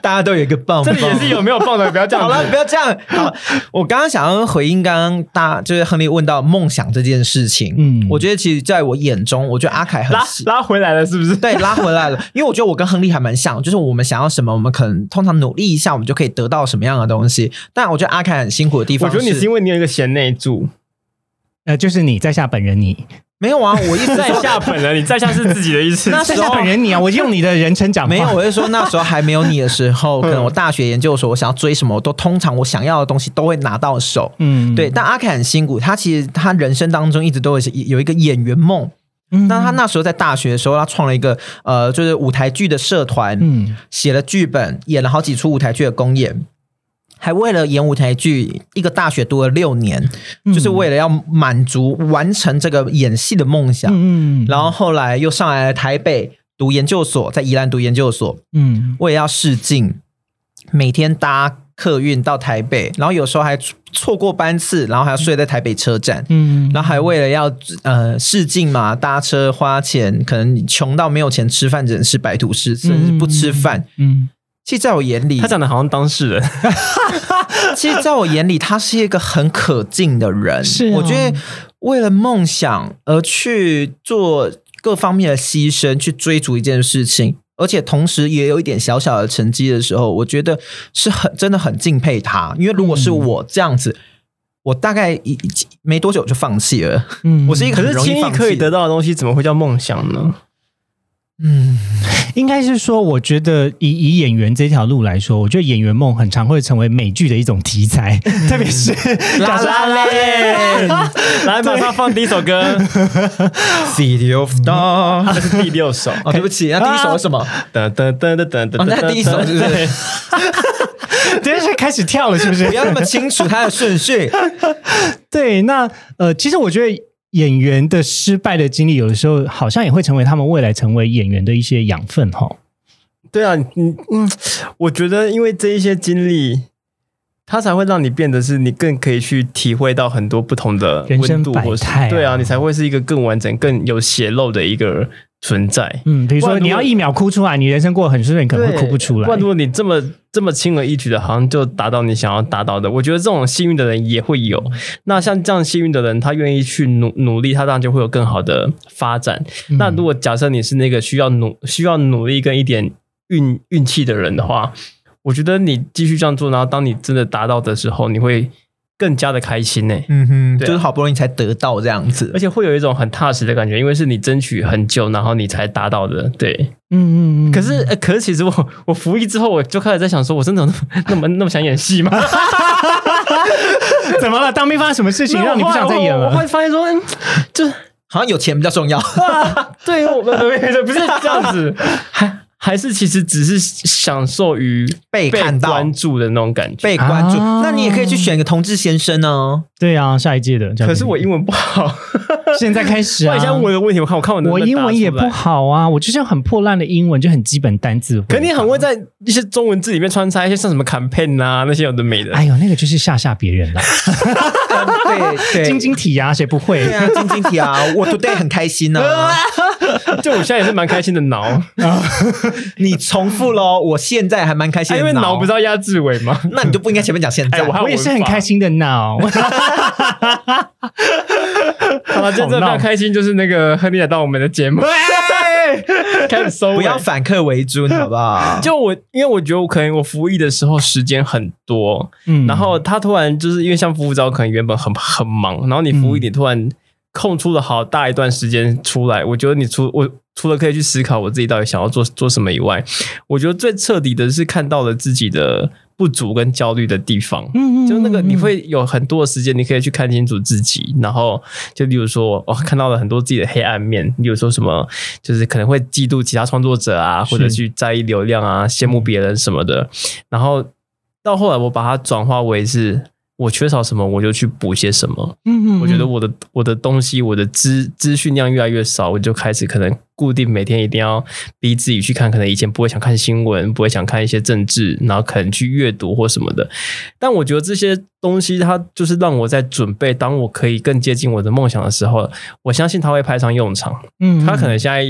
C: 大家都有一个棒，
B: 这里也
C: 棒
B: 是有没有棒的，不要这样
C: 好
B: 子。
C: 了，不要这样。好，我刚刚想要回应刚刚大就是亨利问到梦想这件事情，
A: 嗯
C: 嗯，我觉得其实在我眼中，我觉得阿凯很
B: 拉
C: 喜
B: 拉回来了，是不是？
C: 对拉回来了，因为我觉得我跟亨利还蛮像，就是我们想要什么，我们可能通常努力一下，我们就可以得到什么样的东西。但我觉得阿凯很辛苦的地
B: 我
C: 方
B: 觉得你是因为你有一个贤内助，
A: 呃，就是你在下本人你，
C: 没有啊，我一直
B: 在
C: 说
B: 下本人，你在下是自己的 意思。
C: 那
A: 在
C: 时
A: 下
C: 候
A: 本人你 啊，我用你的人称讲话，
C: 没有，我是说那时候还没有你的时候，可能我大学研究所，我想要追什么，我都通常我想要的东西都会拿到手。
A: 嗯，
C: 对，，但阿凯很辛苦，他其实他人生当中一直都有有一个演员梦，
A: 嗯
C: 那他那时候在大学的时候，他创了一个呃，就是舞台剧的社团，
A: 嗯
C: 写了剧本，演了好几出舞台剧的公演，还为了演舞台剧，一个大学读了六年，
A: 嗯
C: 就是为了要满足完成这个演戏的梦想。
A: 嗯
C: 然后后来又上来了台北读研究所，在宜兰读研究所，
A: 嗯
C: 为了要试镜，每天搭客运到台北，然后有时候还错错过班次，然后还要睡在台北车站。
A: 嗯，
C: 然后还为了要呃试镜嘛，搭车花钱，可能你穷到没有钱吃饭，只能吃白吐司，甚至不吃饭。
A: 嗯
C: 其实，在我眼里
B: 他，讲的好像当事人，
C: 其实，在我眼里，他是一个很可敬的人。
A: 是啊
C: 我觉得为了梦想而去做各方面的牺牲，去追逐一件事情，而且同时也有一点小小的成绩的时候，我觉得是很真的很敬佩他。因为如果是我这样子，我大概一一没多久就放弃了。
A: 嗯
C: 我是一个
B: 可
C: 很
B: 是
C: 容
B: 轻
C: 易
B: 易
C: 放弃
B: 可以
C: 的
B: 得到的东西，怎么会叫梦想呢？
C: 嗯，
A: 应该是说，我觉得以以演员这条路来说，我觉得演员梦很常会成为美剧的一种题 材，特别是
C: 啦啦嘞
B: 来，马上放第一首 歌，
C: ，City of Dawn。
B: 这是第六首。
C: 哦，对不起，那第一首是什么？
B: 噔噔 噔噔噔噔
C: 哦，那第一首是不是？
A: 真是开始跳了，是不是
C: 不？要那么清楚它的顺序。
A: 对，那呃，其实我觉得演员的失败的经历，有的时候好像也会成为他们未来成为演员的一些养分哈。
B: 对啊，你嗯，我觉得因为这一些经历，它才会让你变得是你更可以去体会到很多不同的
A: 人生
B: 温度
A: 百
B: 或是
A: 态啊
B: 对啊，你才会是一个更完整、更有血肉的一个存在。
A: 嗯，比如
B: 不
A: 说
B: 然如果
A: 你要一秒哭出来，你人生过得很顺，你可能会哭不出来
B: 不。然如果你这么这么轻而易举的，好像就达到你想要达到的，我觉得这种幸运的人也会有。那像这样幸运的人，他愿意去努努力，他当然就会有更好的发展。
A: 嗯
B: 那如果假设你是那个需要努需要努力跟一点运运气的人的话，我觉得你继续这样做，然后当你真的达到的时候，你会更加的开心呢、
C: 嗯哼，
B: 对啊
C: 就是好不容易才得到这样子
B: 而。且会有一种很踏实的感觉，因为是你争取很久，然后你才达到的。对，
A: 嗯嗯嗯，
B: 可是，呃可是其实我我服役之后，我就开始在想说，我真的有那么 那么那么想演戏吗？
A: 怎么了？当兵发生什么事情
B: 没有
A: 让你不想再演
B: 我后来我我后
A: 了？
B: 来发现说，嗯，就
C: 好像有钱比较重要。
B: 对我们不是这样子，还还是其实只是享受于
C: 被看到
B: 关注的那种感觉。
C: 被关注。
A: 啊
C: 那你也可以去选一个同志先生哦呢、
A: 对啊，下一届的。
B: 可是我英文不好，
A: 现在开始
B: 问
A: 啊
B: 一，下我的问题，我看我看我能不
A: 我
B: 能
A: 英
B: 答
A: 文
B: 出
A: 也不
B: 来。
A: 好啊，我就是很破烂的英文，就很基本单字。
B: 可你很会。在一些中文字里面穿插一些像什么 campaign 啊那些有的没的，
A: 哎呦，那个就是吓吓别人了，
C: 啊对对，
A: 晶晶体啊，谁不会
C: 对？啊，晶晶 体啊，我 today 很开心呢、啊
B: 就我现在也是蛮开心的 啊挠，
C: 你重复喽，我现在还蛮开心的、
B: 哎因为挠不是，要压字尾 吗？
C: 那你就不应该前面讲现在。
B: 哎我还
A: 我也是很开心的
B: 嗯
A: 闹。嗯
B: 好了，今天真的非常开心，就是那个亨利来到我们 的节目，开始收尾
C: 不要反客为 主，你好不好？
B: 就我，因为我觉得我可能我服役的时候时间很多，
A: 嗯
B: 然后他突然就是因为像服务招可能原本很很忙，然后你服务你突然空出了好大一段时间出来，我觉得你除我除了可以去思考我自己到底想要做做什么以外，我觉得最彻底的是看到了自己的不足跟焦虑的地方。
A: 嗯
B: 就那个，你
A: 嗯
B: 会有很多的时间，你可以去看清楚自己。然后，就例如说，哦，看到了很多自己的黑暗面，例如说什么，就是可能会嫉妒其他创作者啊，或者去在意流量啊，羡慕别人什么的。然后到后来，我把它转化为是。我缺少什么，我就去补些什么。
A: 嗯嗯
B: 我觉得我的我的东西，我的资资讯量越来越少，我就开始可能固定每天一定要逼自己去看，可能以前不会想看新闻，不会想看一些政治，然后可能去阅读或什么的。但我觉得这些东西，它就是让我在准备，当我可以更接近我的梦想的时候，我相信它会派上用场。
A: 嗯
B: 它可能现在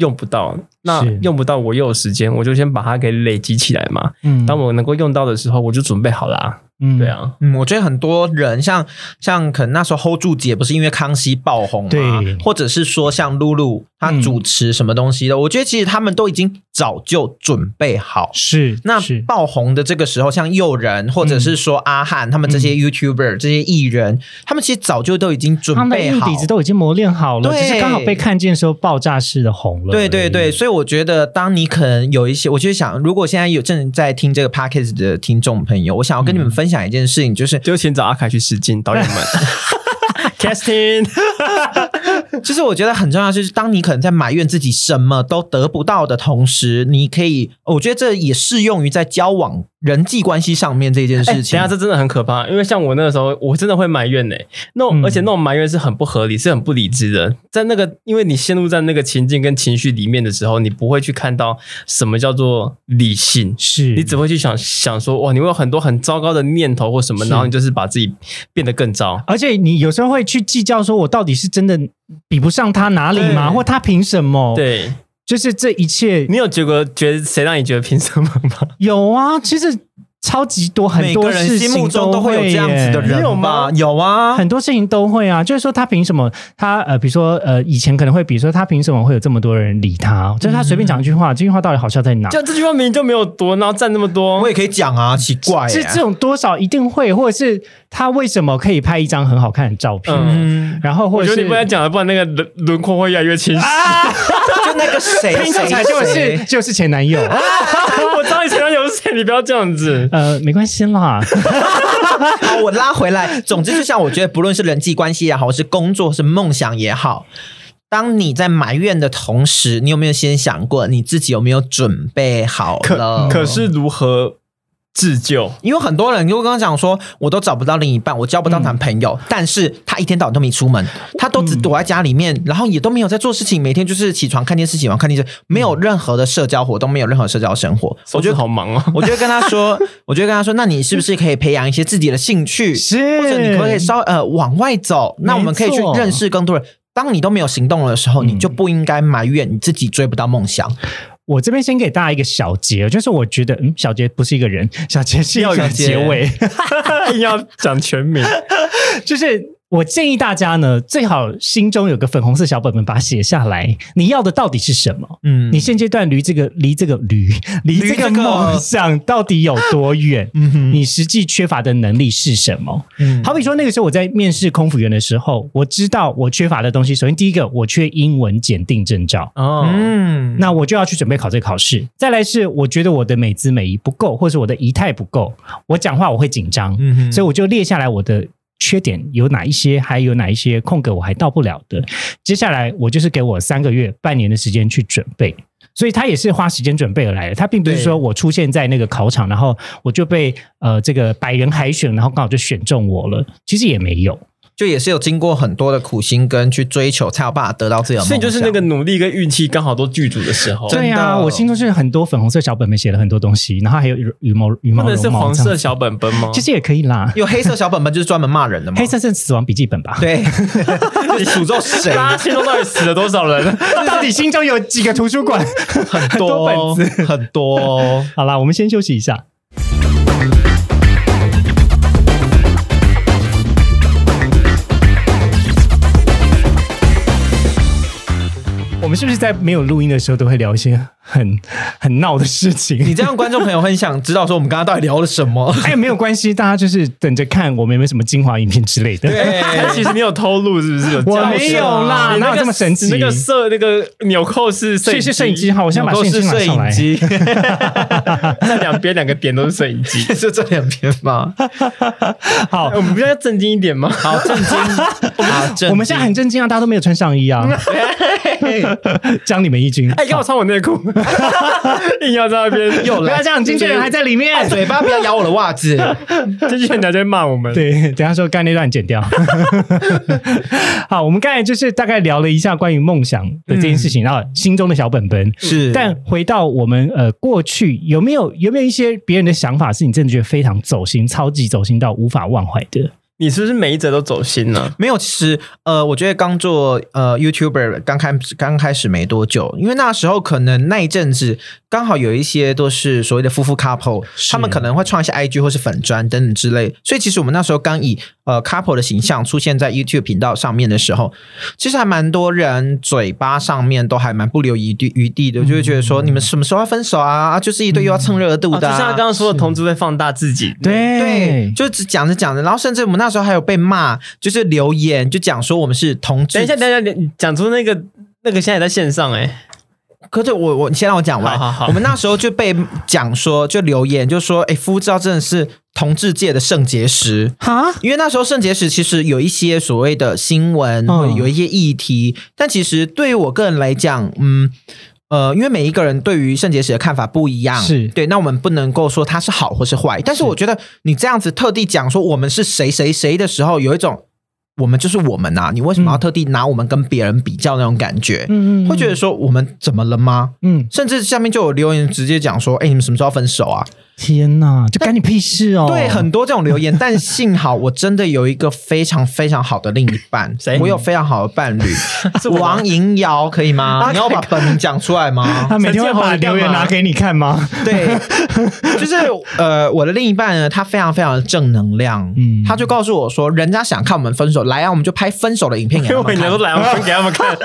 B: 用不到，那
A: 是
B: 用不到我又有时间，我就先把它给累积起来嘛。
A: 嗯
B: 当我能够用到的时候，我就准备好啦、
A: 嗯
B: 对啊，
C: 嗯，我觉得很多人像像可能那时候 hold 住姐不是因为康熙爆红嘛，
A: 对
C: 或者是说像露露她
A: 嗯
C: 主持什么东西的，我觉得其实他们都已经早就准备好。
A: 是
C: 那
A: 是
C: 爆红的这个时候，像诱人或者是说阿汉、他们这些 YouTuber、这些艺人，他们其实早就都已经准
A: 他们的
C: 备
A: 硬
C: 好，
A: 底子都已经磨练好了，
C: 对
A: 只是刚好被看见的时候爆炸式的红了而
C: 对
A: 已。
C: 对对，所以我觉得，当你可能有一些，我就想，如果现在有正在听这个 podcast 的听众朋友，我想要跟你们分享一件事情， 就是
B: 就请找阿凯去试镜，导演们 casting。
C: 就是我觉得很重要，就是当你可能在埋怨自己什么都得不到的同时，你可以，我觉得这也适用于在交往人际关系上面这件
B: 哎，
C: 事情。
B: 等一下这真的很可怕，因为像我那个时候，我真的会埋怨呢、那种、
A: 嗯
B: 而且那种埋怨是很不合理，是很不理智的。在那个，因为你陷入在那个情境跟情绪里面的时候，你不会去看到什么叫做理性，
A: 是
B: 你只会去想想说，哇，你会有很多很糟糕的念头或什么，
A: 是
B: 然后你就是把自己变得更糟。
A: 而且你有时候会去计较，说我到底是真的比不上他哪里吗？
B: 对
A: 或他凭什么？，
B: 对
A: 就是这一切
B: 你有觉得觉得谁让你觉得凭什么吗？
A: 有啊，其实超级多，很
C: 每
A: 多
C: 个人
A: 事情
C: 心目中都会有这样子的
A: 耶
C: 人
B: 有
C: 吧
B: 吗？
C: 有啊，
A: 很多事情都会啊，就是说他凭什么？他呃，比如说呃，以前可能会，比如说他凭什么会有这么多人理他？就是他随便讲一句话，这句话到底好笑在哪？
B: 就这句话明明就没有多，然后占那么多
C: 我。也可以讲啊，奇怪、欸，
A: 这这种多少一定会，或者是他为什么可以拍一张很好看的照片？
B: 嗯
C: 嗯，
A: 然后或
B: 我
A: 者
B: 觉
A: 是
B: 得你不能讲了，不然那个轮轮廓会越来越清晰。
C: 就那个 谁
A: 拼凑
C: 谁
A: 起来
C: 谁，啊
A: 就是就是前男友，
B: 我知道你前男友是谁，你不要这样子。
A: 呃，没关系啦，
C: 好，我拉回来。总之，就像我觉得，不论是人际关系也好，或是工作、是梦想也好，当你在埋怨的同时，你有没有先想过你自己有没有准备好了？
B: 可可是如何自救？
C: 因为很多人就跟我讲说，我都找不到另一半，我交不到男朋友，但是他一天到晚都没出门，他都只躲在家里面，然后也都没有在做事情，每天就是起床看电视，起床看电视，没有任何的社交活动，没有任何社交生活。
B: 我
C: 我觉
B: 觉得
C: 得，
B: 好忙哦。
C: 我就会跟他说，我就会跟他说，那你是不是可以培养一些自己的兴趣？
A: 是
C: 或者你可不可以稍呃往外走？那我们可以去
A: 没错嗯
C: 认识更多人。当你都没有行动的时候，你就不应该埋怨你自己追不到梦想。
A: 我这边先给大家一个小结，就是我觉得，嗯，小结不是一个人，小结是一
C: 要
A: 个
C: 有结
A: 结尾，
B: 硬要讲全名，
A: 就是我建议大家呢，最好心中有个粉红色小本本，把它写下来，你要的到底是什么？
C: 嗯
A: 你现阶段离这个离这个离离这
C: 这
A: 个
C: 个
A: 梦想到底有多远？
C: 嗯哼
A: 你实际缺乏的能力是什么？
C: 嗯
A: 好比说，那个时候我在面试空服员的时候，我知道我缺乏的东西。首先，第一个，我缺英文检定证照，
B: 哦，
C: 嗯，
A: 那我就要去准备考这个考试。再来是，我觉得我的美姿美仪不够，或是我的仪态不够，我讲话我会紧张，
C: 嗯哼
A: 所以我就列下来我的缺点有哪一些，还有哪一些空格我还到不了的。接下来我就是给我三个月、半年的时间去准备。所以他也是花时间准备而来的，他并不是说我出现在那个考场，然后我就被呃这个百人海选，然后刚好就选中我了。其实也没有，
C: 就也是有经过很多的苦心跟去追求，才有办法得到自己的梦
B: 所以就是那
C: 想
B: 个努力跟运气刚好都剧组的时候，
C: 真的
A: 对啊，我心中就是很多粉红色小本本写了很多东西，然后还有羽羽毛羽
B: 不
A: 毛
B: 能是
A: 绒毛
B: 黄
A: 这
B: 色
A: 样
B: 小本本吗？
A: 哦其实也可以啦，
C: 有黑色小本本就是专门骂人的嘛，
A: 黑色是死亡笔记本吧？
C: 对，就是诅咒谁？
B: 大家心中到底死了多少 人？
A: 到底心中有几个图书 馆？
C: 很
A: 多
C: 多
A: 本
C: 子，很多哦。
A: 好啦，我们先休息一下。我们是不是在没有录音的时候都会聊一些很很闹的事
C: 你
A: 情？？
C: 这样观众朋友很想知道说我们刚刚到底聊了什么
A: 哎，没有关系，大家就是等着看我们有没有什么精华影片之类的。
B: 但其实你有偷录是不是？
A: 我
B: 教
A: 没
B: 学
A: 有啦
B: 你
A: 哪
B: 那
A: 有
B: 个
A: 这么神奇
B: 你那个摄那个纽扣是
A: 所
B: 摄影
A: 以是
B: 机，
A: 摄影机哈， 我先把
B: 纽
A: 摄
B: 扣
A: 影机
B: 是
A: 拿
B: 摄
A: 上
B: 影
A: 来。
B: 机，那两边两个点都是摄影 机。
C: 就这两篇吗？
A: 好
B: 哎，我们不是要正经一点吗？
C: 好震惊！好震
A: 我们现在很震惊啊，大家都没有穿上衣啊，将你们一军。
B: 哎，给我穿我内 裤，硬要在那边
C: 又
A: 不
C: 来
A: 要这样，经纪人还在里面。
C: 嘴巴不要咬我的袜 子。
B: 经纪人在那边骂我们。
A: 对，等一下说刚才那段剪掉。好，我们刚才就是大概聊了一下关于梦想的这件事情，然后心中的小本本。
C: 是
A: 但回到我们呃过去，有没有有没有一些别人的想法是你真的觉得非常走心、超级走心到无法忘怀的？
B: 你是不是每一则都走心了？
C: 没有，其实呃，我觉得刚做呃 YouTuber 刚开刚开始没多久，因为那时候可能那一阵子刚好有一些都是所谓的夫妇 couple，
A: 是
C: 他们可能会创一些 IG 或是粉砖等等之类，所以其实我们那时候刚以呃 couple 的形象出现在 YouTube 频道上面的时候，其实还蛮多人嘴巴上面都还蛮不留余地余地的，就会觉得说你们什么时候要分手啊？啊就是一堆又要蹭热度
B: 啊就
C: 的、啊
B: 像他刚刚说的，同志会放大自己。
A: 对
B: 哎
C: 对，，就只讲着讲着，然后甚至我们那时候还有被骂，就是留言就讲说我们是同志。
B: 等一下，，等一下，你讲出那个那个现在也在线上哎，
C: 可是我我你先让我讲完。
B: 好好好
C: 我们那时候就被讲说，就留言就说，哎，夫照真的是同志界的肾结石。
A: 哈，
C: 因为那时候肾结石其实有一些所谓的新闻，
A: 嗯
C: 或者有一些议题，但其实对于我个人来讲，嗯。呃，因为每一个人对于肾结石的看法不一样，
A: 是
C: 对，那我们不能够说它是好或是坏，但是我觉得你这样子特地讲说我们是谁谁谁的时候，有一种我们就是我们啊，你为什么要
A: 嗯
C: 特地拿我们跟别人比较那种感觉？
A: 嗯
C: 会觉得说我们怎么了吗？
A: 嗯，
C: 甚至下面就有留言直接讲说，哎、你们什么时候要分手啊？
A: 天哪，就干你屁事哦！
C: 对，很多这种留言，但幸好我真的有一个非常非常好的另一半
B: 谁，
C: 我有非常好的伴侣
B: 是我吗
C: 王银瑶，可以吗？你要把本名讲出来吗？
A: 他每天会把
B: 陈建宏你干
A: 留言
B: 嘛
A: 拿给你看吗？
C: 对，就是呃，我的另一半呢，他非常非常的正能量，
A: 嗯
C: 嗯，他就告诉我说，人家想看我们分手，来啊，我们就拍分手的影片给
B: 因为
C: 他
B: 我
C: 们
B: 以前都
C: 看，
B: 来，我分给他们看。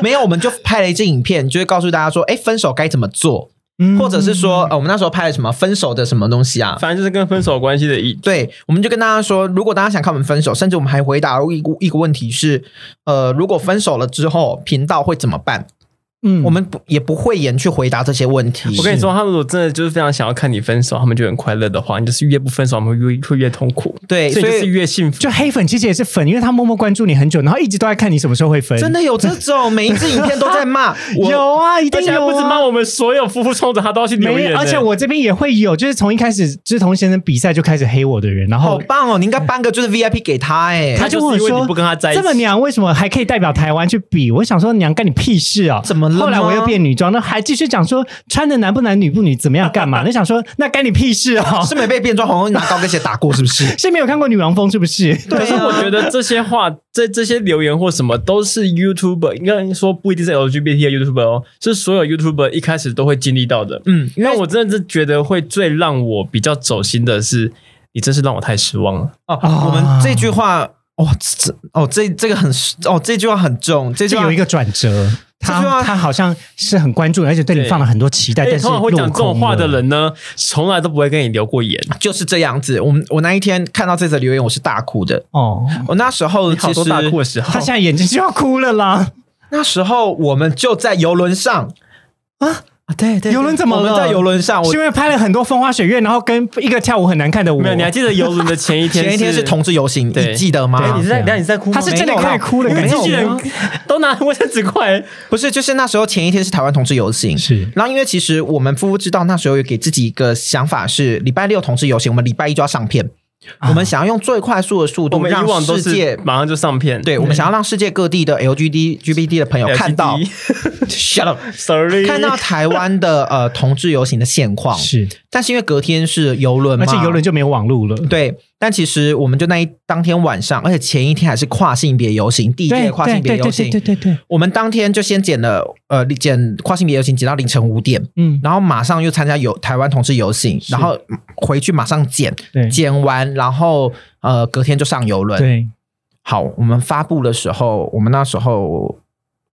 C: 没有，我们就拍了一支影片，就是告诉大家说，哎，分手该怎么做，
A: 嗯
C: 或者是说，呃，我们那时候拍了什么分手的什么东西啊？
B: 反正就是跟分手有关系的一
C: 对，我们就跟大家说，如果大家想看我们分手，甚至我们还回答一个一个问题是，呃，如果分手了之后，频道会怎么办？
A: 嗯
C: 我们不也不会言去回答这些问题。
B: 我跟你说，他们如果真的就是非常想要看你分手，他们就很快乐的话，你就是越不分手，他们会越会越痛苦，
C: 对，
B: 所
C: 哎所
B: 以就是
C: 以
B: 越幸福。
A: 就黑粉其实也是粉，因为他默默关注你很久，然后一直都在看你什么时候会分。
C: 真的有这种，每一支影片都在 骂我。
A: 有啊，一
B: 而
A: 定
B: 且还
A: 有
B: 不止
A: 啊
B: 骂。我们所有夫妇冲着他都要去留
A: 没，
B: 言呢，
A: 而且我这边也会有，就是从一开始，就是童先生比赛就开始黑我的人，然
C: 好
A: 后
C: 棒哦！你应该颁个就是 VIP 给他哎、
A: 他
B: 他
A: 就
B: 就是
A: 问
B: 因
A: 我
B: 为
A: 说：“
B: 你不跟他在一起
A: 这么娘，为什么还可以代表台湾去比？”我想说，娘干你屁事啊！
C: 怎么了吗
A: 后来我又变女装，那还继续讲说穿的男不男女不女怎么样干嘛？那想说那干你屁事
B: 哦
A: 啊！
C: 是没被变装皇后拿高跟鞋打过是不 是？
A: 是没有看过女王风是不是？
C: 对
B: 可是我觉得这些话，这这些留言或什么，都是 YouTuber，应该说不一定是 LGBT 的 YouTuber 哦，是所有 YouTuber 一开始都会经历到的。
C: 嗯，因
B: 那
C: 为
B: 我真的是觉得会最让我比较走心的是，你真是让我太失望了。
C: 哦，
A: 啊
C: 我们这句话哦，这哦这这个很哦这句话很重，这句
A: 就
C: 话
A: 有一个转折，
C: 这句
A: 他
C: 话
A: 他好像是很关注，而且对你
B: 对
A: 放了很多期待，
B: 而且
A: 哎但是
B: 哎通常会讲
A: 落
B: 这种
A: 空
B: 话的
A: 了
B: 人呢，从来都不会跟你留过言。
C: 就是这样子。我们我那一天看到这则留言，我是大哭的。
A: 哦，
C: 我那时候
B: 你好
C: 其
B: 多
C: 实
B: 大哭的时候，
A: 他现在眼睛就要哭了啦。
C: 那时候我们就在游轮上，啊，对对，
A: 游轮怎么
C: 我们
A: 了
C: 在游轮上，我
A: 是因为拍了很多风花雪月，然后跟一个跳舞很难看的舞。
B: 没有，你还记得游轮的前一天？
C: 前一天是同志游行，
B: 对
C: 你记得吗？
B: 对，你是在，
A: 对啊
B: 等一下你是在哭吗？
A: 他是真的快哭了，
B: 因为
A: 感
B: 机
A: 觉
B: 器人都拿卫生纸过来，
C: 不是，就是那时候前一天是台湾同志游行，
A: 是
C: 然后因为其实我们夫妇知道那时候有给自己一个想法是，礼拜六同志游行，我们礼拜一就要上片，我们想要用最快速的速
B: 我
C: 度
B: 们以
C: 让
B: 往都
C: 世
B: 是
C: 界。
B: 马上就上片。
C: 对，我们想要让世界各地的 LGBT、LGBT 的朋友看到 ，shut up，
B: ，sorry，
C: 看到台湾的呃同志游行的现况。
A: 是，
C: 但是因为隔天是游轮嘛，
A: 而且游轮就没有网路了。
C: 对，但其实我们就那一当天晚上，而且前一天还是跨性别游行，第一届
A: 对
C: 跨性别
A: 对
C: 游
A: 对
C: 行
A: 对对，对对，
C: 我们当天就先剪了呃剪跨性别游行，剪到凌晨五点，
A: 嗯，
C: 然后马上又参加游台湾同志游行，然后回去马上剪，
A: 对
C: 剪完然后呃隔天就上游轮。
A: 对，
C: 好，我们发布的时候，我们那时候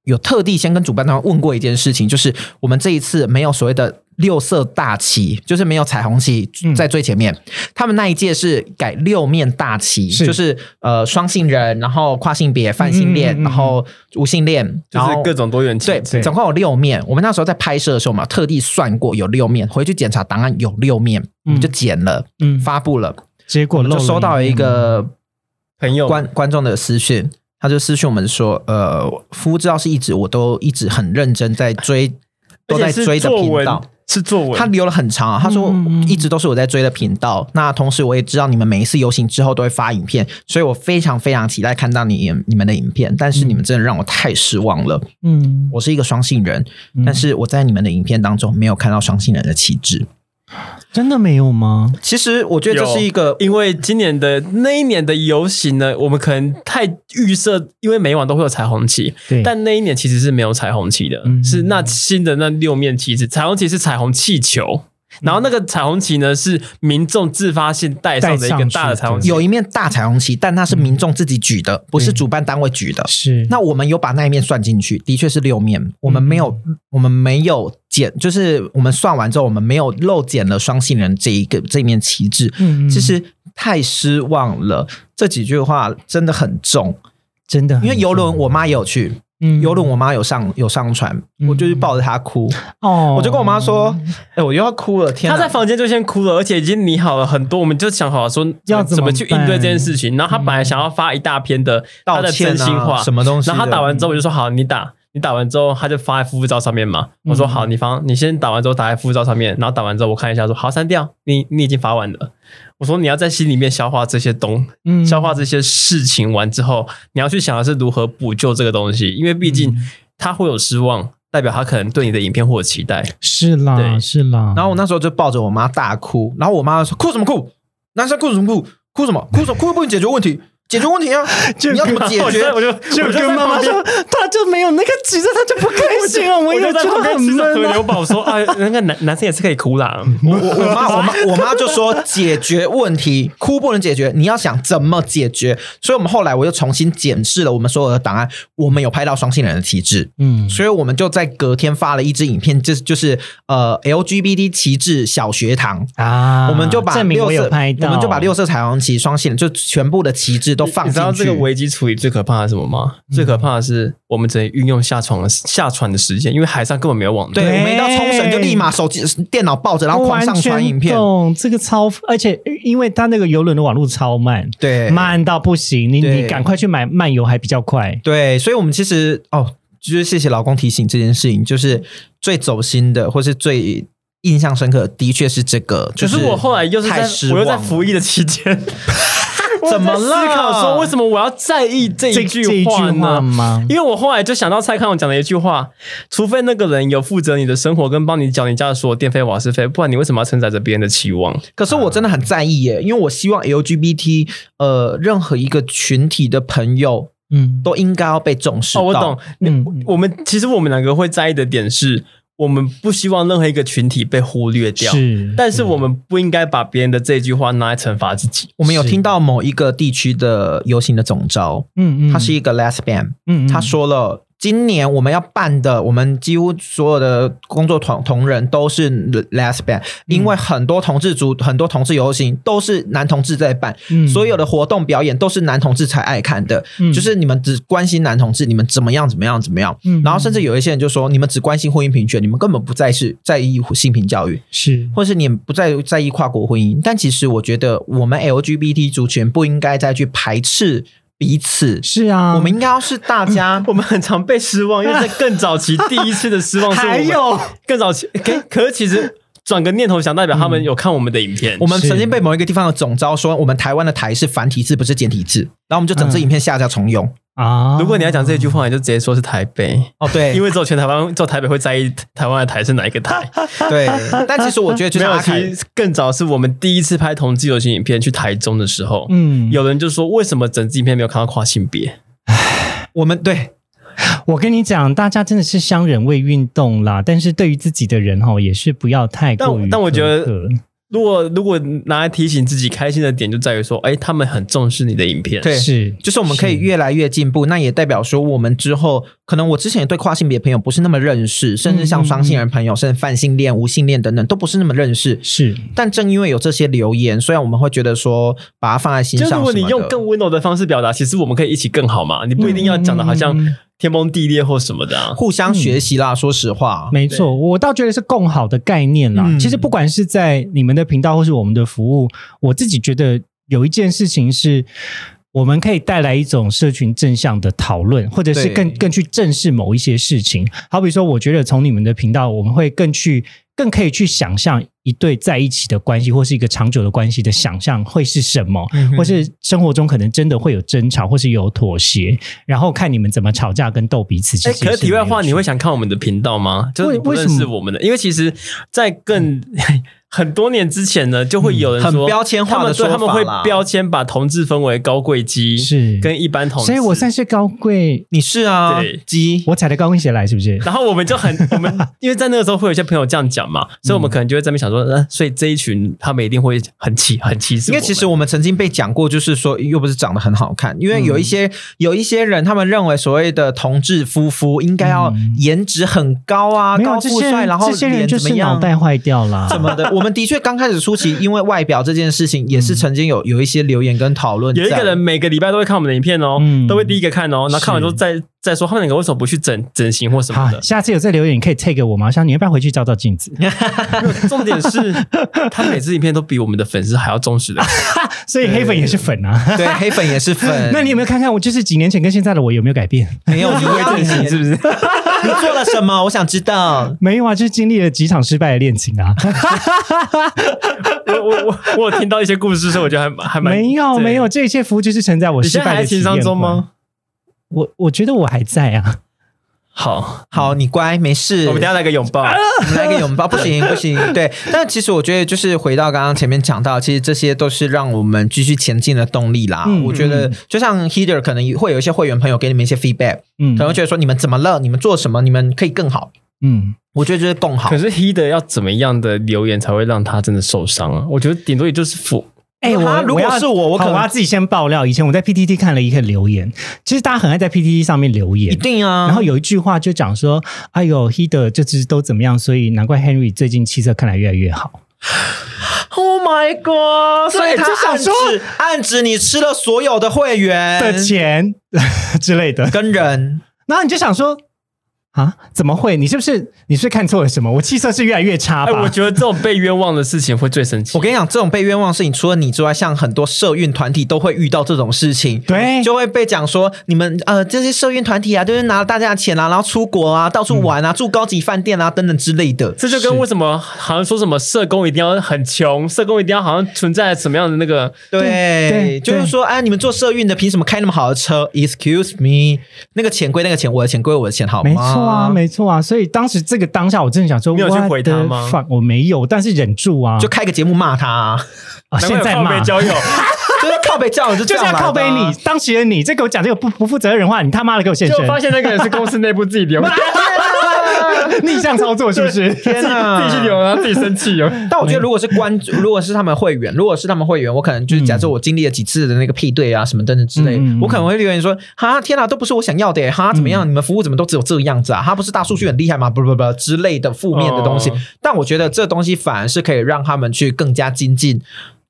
C: 有特地先跟主办单位问过一件事情，就是我们这一次没有所谓的六色大旗，就是没有彩虹旗
A: 嗯
C: 在最前面。他们那一届是改六面大旗，
A: 是
C: 就是呃双性人，然后跨性别、泛性恋，
A: 嗯嗯嗯嗯
C: 然后无性恋，
B: 就
C: 然后
B: 是各。种多元
C: 对
B: 情，
A: 对
C: 总共有六面。我们那时候在拍摄的时候嘛，特地算过有六面，回去检查档案有六面，我们就剪了，
A: 嗯，
C: 发布了，
A: 结果
C: 我们
A: 嗯漏
C: 就
A: 了
C: 收到一个
B: 朋友
C: 观观众的私讯，他就私讯我们说，呃，夫知道是一直我都一直很认真在追，
B: 而
C: 都
B: 且
C: 在
B: 是
C: 追的
B: 作
C: 频
B: 文
C: 道。
B: 是作文，
C: 他留了很长啊，他说
A: 嗯嗯嗯
C: 一直都是我在追的频道。那同时我也知道你们每一次游行之后都会发影片，所以我非常非常期待看到你你们的影片。但是你们真的让我太失望了。
A: 嗯，
C: 我是一个双性人，
A: 嗯
C: 但是我在你们的影片当中没有看到双性人的气质。
A: 真的没有吗？
C: 其实我觉得这是一个
B: 因为今年的那一年的游行呢，我们可能太预设，因为每晚都会有彩虹旗，
A: 对，
B: 但那一年其实是没有彩虹旗的，
A: 嗯
B: 是那新的那六面旗子，彩虹旗是彩虹气
C: 嗯
B: 球。然后那个彩虹旗呢，是民众自发性带上的一个大的彩虹旗，
C: 有一面大彩虹旗，但那是民众自己举的，不
A: 嗯
C: 是主办单位举的。
A: 是
C: 那我们有把那一面算进去，的确是六面，我们没有，
B: 嗯
C: 我们没有减，就是我们算完之后，我们没有漏减了双性人这一个这一面旗帜，
A: 嗯嗯
C: 其实太失望了。这几句话真的很重，
A: 真的很
C: 因为游轮
A: 重
C: 我妈也有去，
A: 嗯
C: 游轮我妈有上有上船，
B: 嗯
C: 我就去抱着她哭，
A: 哦，
C: 我就跟我妈说，哎、我又要哭了，天
B: 他
C: 哪！
B: 在房间就先哭了，而且已经拟好了很多，我们就想好了说
A: 要
B: 怎
A: 怎么
B: 去应对这件事情。然后他
A: 嗯
B: 本来想要发一大篇的他
C: 道
B: 的
C: 歉
B: 真心话
C: 啊，，什么东西的？
B: 然后他打完之后，我就说好，你打，你打完之后，他就发在夫妇照上面嘛。我说
A: 嗯
B: 好，你发，你先打完之后打在夫妇照上面，然后打完之后我看一下说好删掉，你你已经发完了。我说你要在心里面消化这些东，
A: 嗯
B: 消化这些事情完之后，你要去想的是如何补救这个东西，因为毕竟他会有失望，代表他可能对你的影片会有期待。
A: 是
B: 对
A: 啦是啦，
C: 然后我那时候就抱着我妈大哭，然后我妈说：“哭什么哭？男生哭什么哭？哭什么？哭什么？哭又不能解决问题，解决问题啊！你要怎么解
B: 我
C: 决
B: 就我就
A: 就
B: 我在
A: 跟妈
B: 旁
A: 妈
B: 边
A: 说，他就没有那个急着，他就不开心啊， 我
B: 就
A: 有
B: 在
A: 就
B: 旁边
A: 很
B: 吃着
A: 闷
B: 喝
A: 啊
B: 牛。堡，说啊，那个男男生也是可以哭啦。
C: 我我我妈我妈我妈就说解决问题，哭不能解决，你要想怎么解决。所以我们后来我又重新检视了我们所有的档案，我们有拍到双性人的旗帜，
A: 嗯，
C: 所以我们就在隔天发了一支影片，就是就是呃 LGBT 旗帜小学堂。
A: 啊，
C: 我们就把
A: 证明
C: 六
A: 我
C: 色，
A: 有拍到，
C: 们就把六色彩虹旗、双性人，就全部的旗帜都放
B: 你
C: 进
B: 知
C: 去。
B: 道这个危机处理最可怕的是什么吗？最可怕的是我们只能运用下床的下船的时间，因为海上根本没有网络。
C: 对，我们一到冲绳就立马手机、电脑抱着，然后狂上传影片
A: 我。完全懂这个超，而且呃因为他那个游轮的网路超慢，
C: 对，
A: 慢到不行，你
C: 对
A: 你赶快去买漫游还比较快。
C: 对，所以我们其实哦，就是谢谢老公提醒这件事情，就是最走心的，或是最印象深刻，的确是这个。
B: 可
C: 就是
B: 我后来又是在
C: 太失
B: 我
C: 望
B: 又
C: 了
B: 在服役的期间，
C: 怎么
B: 我在思考
C: 了
B: 说为什么我要在意这
A: 这这
B: 一句
A: 一句
B: 话
A: 话
B: 呢？
A: 吗？
B: 因为我后来就想到蔡康永讲的一句话：，除非那个人有负责你的生活跟帮你缴你家的所有电费、瓦斯费，不然你为什么要承载着别人的期望？
C: 可是我真的很在意耶，因为我希望 LGBT 呃任何一个群体的朋友
A: 嗯，
C: 都应该要被重视。
B: 哦，我懂。，你
A: 嗯嗯
B: 我们其实我们两个会在意的点是，我们不希望任何一个群体被忽略掉。
A: 是，
B: 但是我们不应该把别人的这句话拿来惩罚自己。
C: 我们有
A: 是
C: 听到某一个地区的游行的总招，
A: 嗯嗯，
C: 他是一个 lesbian，、
A: 嗯，嗯
C: 他，说了今年我们要办的，我们几乎所有的工作同同仁都是 last
A: 嗯
C: band，因为很多同志族、很多同志游行都是男同志在办，
A: 嗯
C: 所有的活动表演都是男同志才爱看的。
A: 嗯
C: 就是你们只关心男同志，你们怎么样怎么样怎么样，
A: 嗯
C: 然后甚至有一些人就说，你们只关心婚姻平权，你们根本不在是在意性平教育。
A: 是
C: 或是你们不在在意跨国婚姻，但其实我觉得我们 LGBT 族群不应该再去排斥彼此，
A: 是啊，
C: 我们应该要是大家
B: 我们很常被失望，因为在更早期第一次的失 望是我们
A: 还有
B: 更早期，可可是其实转个念头想，代表他们有看我们的影片，
C: 嗯我们
A: 是
C: 曾经被某一个地方的总招说，我们台湾的台是繁体字，不是简体字，然后我们就整支
B: 嗯
C: 影片下架重用。
A: 啊，
B: 如果你要讲这句话，你就直接说是台北，
C: 哦，对，
B: 因为只有全台湾，只有台北会在意台湾的台是哪一个台。
C: 对，但其实我觉 得就
B: 没
C: 像
B: 有，
C: 阿
B: 其
C: 凯，
B: 实更早是我们第一次拍同志游行影片去台中的时候，
A: 嗯，
B: 有人就说为什么整支影片没有看到跨性别？
C: 我们对
A: 我跟你讲，大家真的是相忍为运动啦，但是对于自己的人哈，也是不要太过于苛刻。
B: 但但我觉得如果如果拿来提醒自己开心的点，就在于说，哎，他们很重视你的影片，
C: 对
A: 是
C: 就是我们可以越来越进步，那也代表说我们之后可能我之前也对跨性别朋友不是那么认识，甚至
B: 嗯
C: 像双性人朋友，甚至泛性恋、无性恋等等都不是那么认识。
A: 是
C: 但正因为有这些留言，虽然我们会觉得说把它放在心
B: 就
C: 上什
B: 是如
C: 么
B: 果
C: 的，
B: 你用更温柔的方式表达，其实我们可以一起更好嘛。你不一定要讲的好
A: 嗯嗯
B: 像
A: 嗯
B: 天崩地裂或什么的啊。
C: 互相学习啦。说实话，
A: 没错，我倒觉得是共好的概念啦。
C: 嗯
A: 其实不管是在你们的频道或是我们的服务，我自己觉得有一件事情是。我们可以带来一种社群正向的讨论，或者是
C: 对
A: 更更去正视某一些事情。好比说，我觉得从你们的频道，我们会更去更可以去想象一对在一起的关系，或是一个长久的关系的想象会是什么。
C: 嗯哼
A: 或是生活中可能真的会有争吵，或是有妥协，然后看你们怎么吵架跟斗彼此。
B: 哎，
A: 其实
B: 可是
A: 也
B: 题外
A: 蛮
B: 话，
A: 有趣
B: 你会想看我们的频道吗？就是
A: 为
B: 你不
A: 为
B: 认
A: 什么
B: 识我们的，因为嗯其实，在更 很多年之前呢，就会有人
C: 嗯很
B: 说
C: 标签化
B: 他们
C: 的
B: 对
C: 说
B: 他们
C: 法
B: 会
C: 啦
B: 标签把同志分为高贵鸡
A: 是
B: 跟一般同志，
A: 所以我算是高贵，
C: 你是啊
B: 对，
C: 鸡，
A: 我踩的高跟鞋来是不是？
B: 然后我们就 很我们，因为在那个时候会有一些朋友这样讲嘛，所以我们可能就会在那边想说，呃，所以这一群他们一定会很歧很歧视
C: 因
B: 我们。
C: 为其实我们曾经被讲过，就是说又不是长得很好看，因为有一些、有一些人，他们认为所谓的同志夫妇应该要
A: 嗯
C: 颜值很高啊，
A: 没有
C: 高
A: 这
C: 富
A: 些
C: 帅，
A: 人
C: 然后
A: 这些人
C: 脸
A: 就
C: 怎么
A: 是脑
C: 样？
A: 袋坏掉啦。
C: 什么的，我们的确刚开始初期，因为外表这件事情，也是曾经有有一些留言跟讨论在。
B: 有一个人每个礼拜都会看我们的影片哦，
A: 嗯
B: 都会第一个看哦，然后看完之后
A: 是
B: 再再说他们两个为什么不去整整形或什么
A: 好，
B: 的。
A: 下次有这留言你可以 take 给我吗？像你要不要回去照照镜子？
B: 重点是，他每支影片都比我们的粉丝还要忠实的。
A: 所以黑粉也是粉啊。
C: 对黑粉也是粉，
A: 那你有没有看看我就是几年前跟现在的我有没有改变？
C: 没有
B: 你会
C: 要
B: 整 形是不是？
C: 你做了什么？我想知道。
A: 没有啊，就是经历了几场失败的恋情啊。
B: 我我我我有听到一些故事，所以我觉得还蛮还蛮
A: 没有
B: 对
A: 没有，这一切服务就是承载我
B: 你
A: 失
B: 现在
A: 败
B: 还
A: 的体
B: 情
A: 验
B: 商中
A: 观？
B: 吗？
A: 我我觉得我还在啊。
B: 好，
C: 好，你乖，没事。
B: 我们等一下来个拥抱。
C: 我们来 个拥抱，不行不行，对。但其实我觉得，就是回到刚刚前面讲到，其实这些都是让我们继续前进的动力啦。
A: 嗯
C: 我觉得，就像 Heater 可能会有一些会员朋友给你们一些 feedback，
A: 嗯
C: 可能会觉得说你们怎么了，你们做什么，你们可以更好。
A: 嗯，
C: 我觉得就是更好
B: 可。是 He 的要怎么样的留言才会让他真的受伤啊？我觉得顶多也就是服
A: 哎、
C: 啊
A: 我
C: 如果
A: 要
C: 是我我
A: 好
C: 可能
A: 我要自己先爆料。以前我在 PTT 看了一个留言，其实大家很爱在 PTT 上面留言
C: 一，定啊，
A: 然后有一句话就讲说：“哎呦，Heater 这只都怎么样？所以难怪 Henry 最近气色看来越来越好。
C: Oh my God！所以他
A: 就想
C: 暗
A: 说
C: 指暗指你吃了所有的会员
A: 的钱 之类的。
C: 跟人，”
A: 然后你就想说：“啊，怎么会？你是不是你是不是看错了什么？我气色是越来越差
B: 哎，
A: 吧？”
B: 我觉得这种被冤枉的事情会最生气。
C: 我跟你讲，这种被冤枉的事情，除了你之外，像很多社运团体都会遇到这种事情，
A: 对
C: 就会被讲说你们呃这些社运团体啊，就是拿了大家的钱啊，然后出国啊，到
A: 嗯
C: 处玩啊，住高级饭店啊，等等之类的。
B: 这就跟为什么好像说什么社工一定要很穷，社工一定要好像存在什么样的那个，
A: 对
C: 对，就是
A: 对
C: 说，哎，你们做社运的凭什么开那么好的车？Excuse me，那个钱归那个钱，我的钱归我的钱，好吗？
A: 没错啊，没错啊。所以当时这个当下，我真的想说，
B: 你有去回他吗
A: What the fuck？我没有，但是忍住啊。
C: 就开个节目骂他、啊，
A: 啊，
B: 难怪
A: 现
B: 有
A: 在
B: 靠
A: 骂
B: 背交 友，
C: 就是靠北叫，就 这
A: 就是
C: 样
A: 要
C: 来的啊
A: 靠背你，当时的你，再给我讲这个不不负责任的话，你他妈的给我现
B: 就
A: 身！
B: 发现那个人是公司内部自己留的。
A: 逆向操作是不 是？
C: 天哪！
B: 自己去留，然后自己生气哦。
C: 但我觉得，如果是 关注，如果是他们会员，如果是他们会员，我可能就是假设我经历了几次的那个屁对啊什么等等之
A: 嗯
C: 类，
A: 嗯嗯嗯嗯
C: 我可能会留言说：哈，天哪，都不是我想要的耶，哈，怎么样？你们服务怎么都只有这个样子啊？哈，不是大数据很厉害吗？不不不之类的负面的东西。
B: 哦
C: 但我觉得这东西反而是可以让他们去更加精进。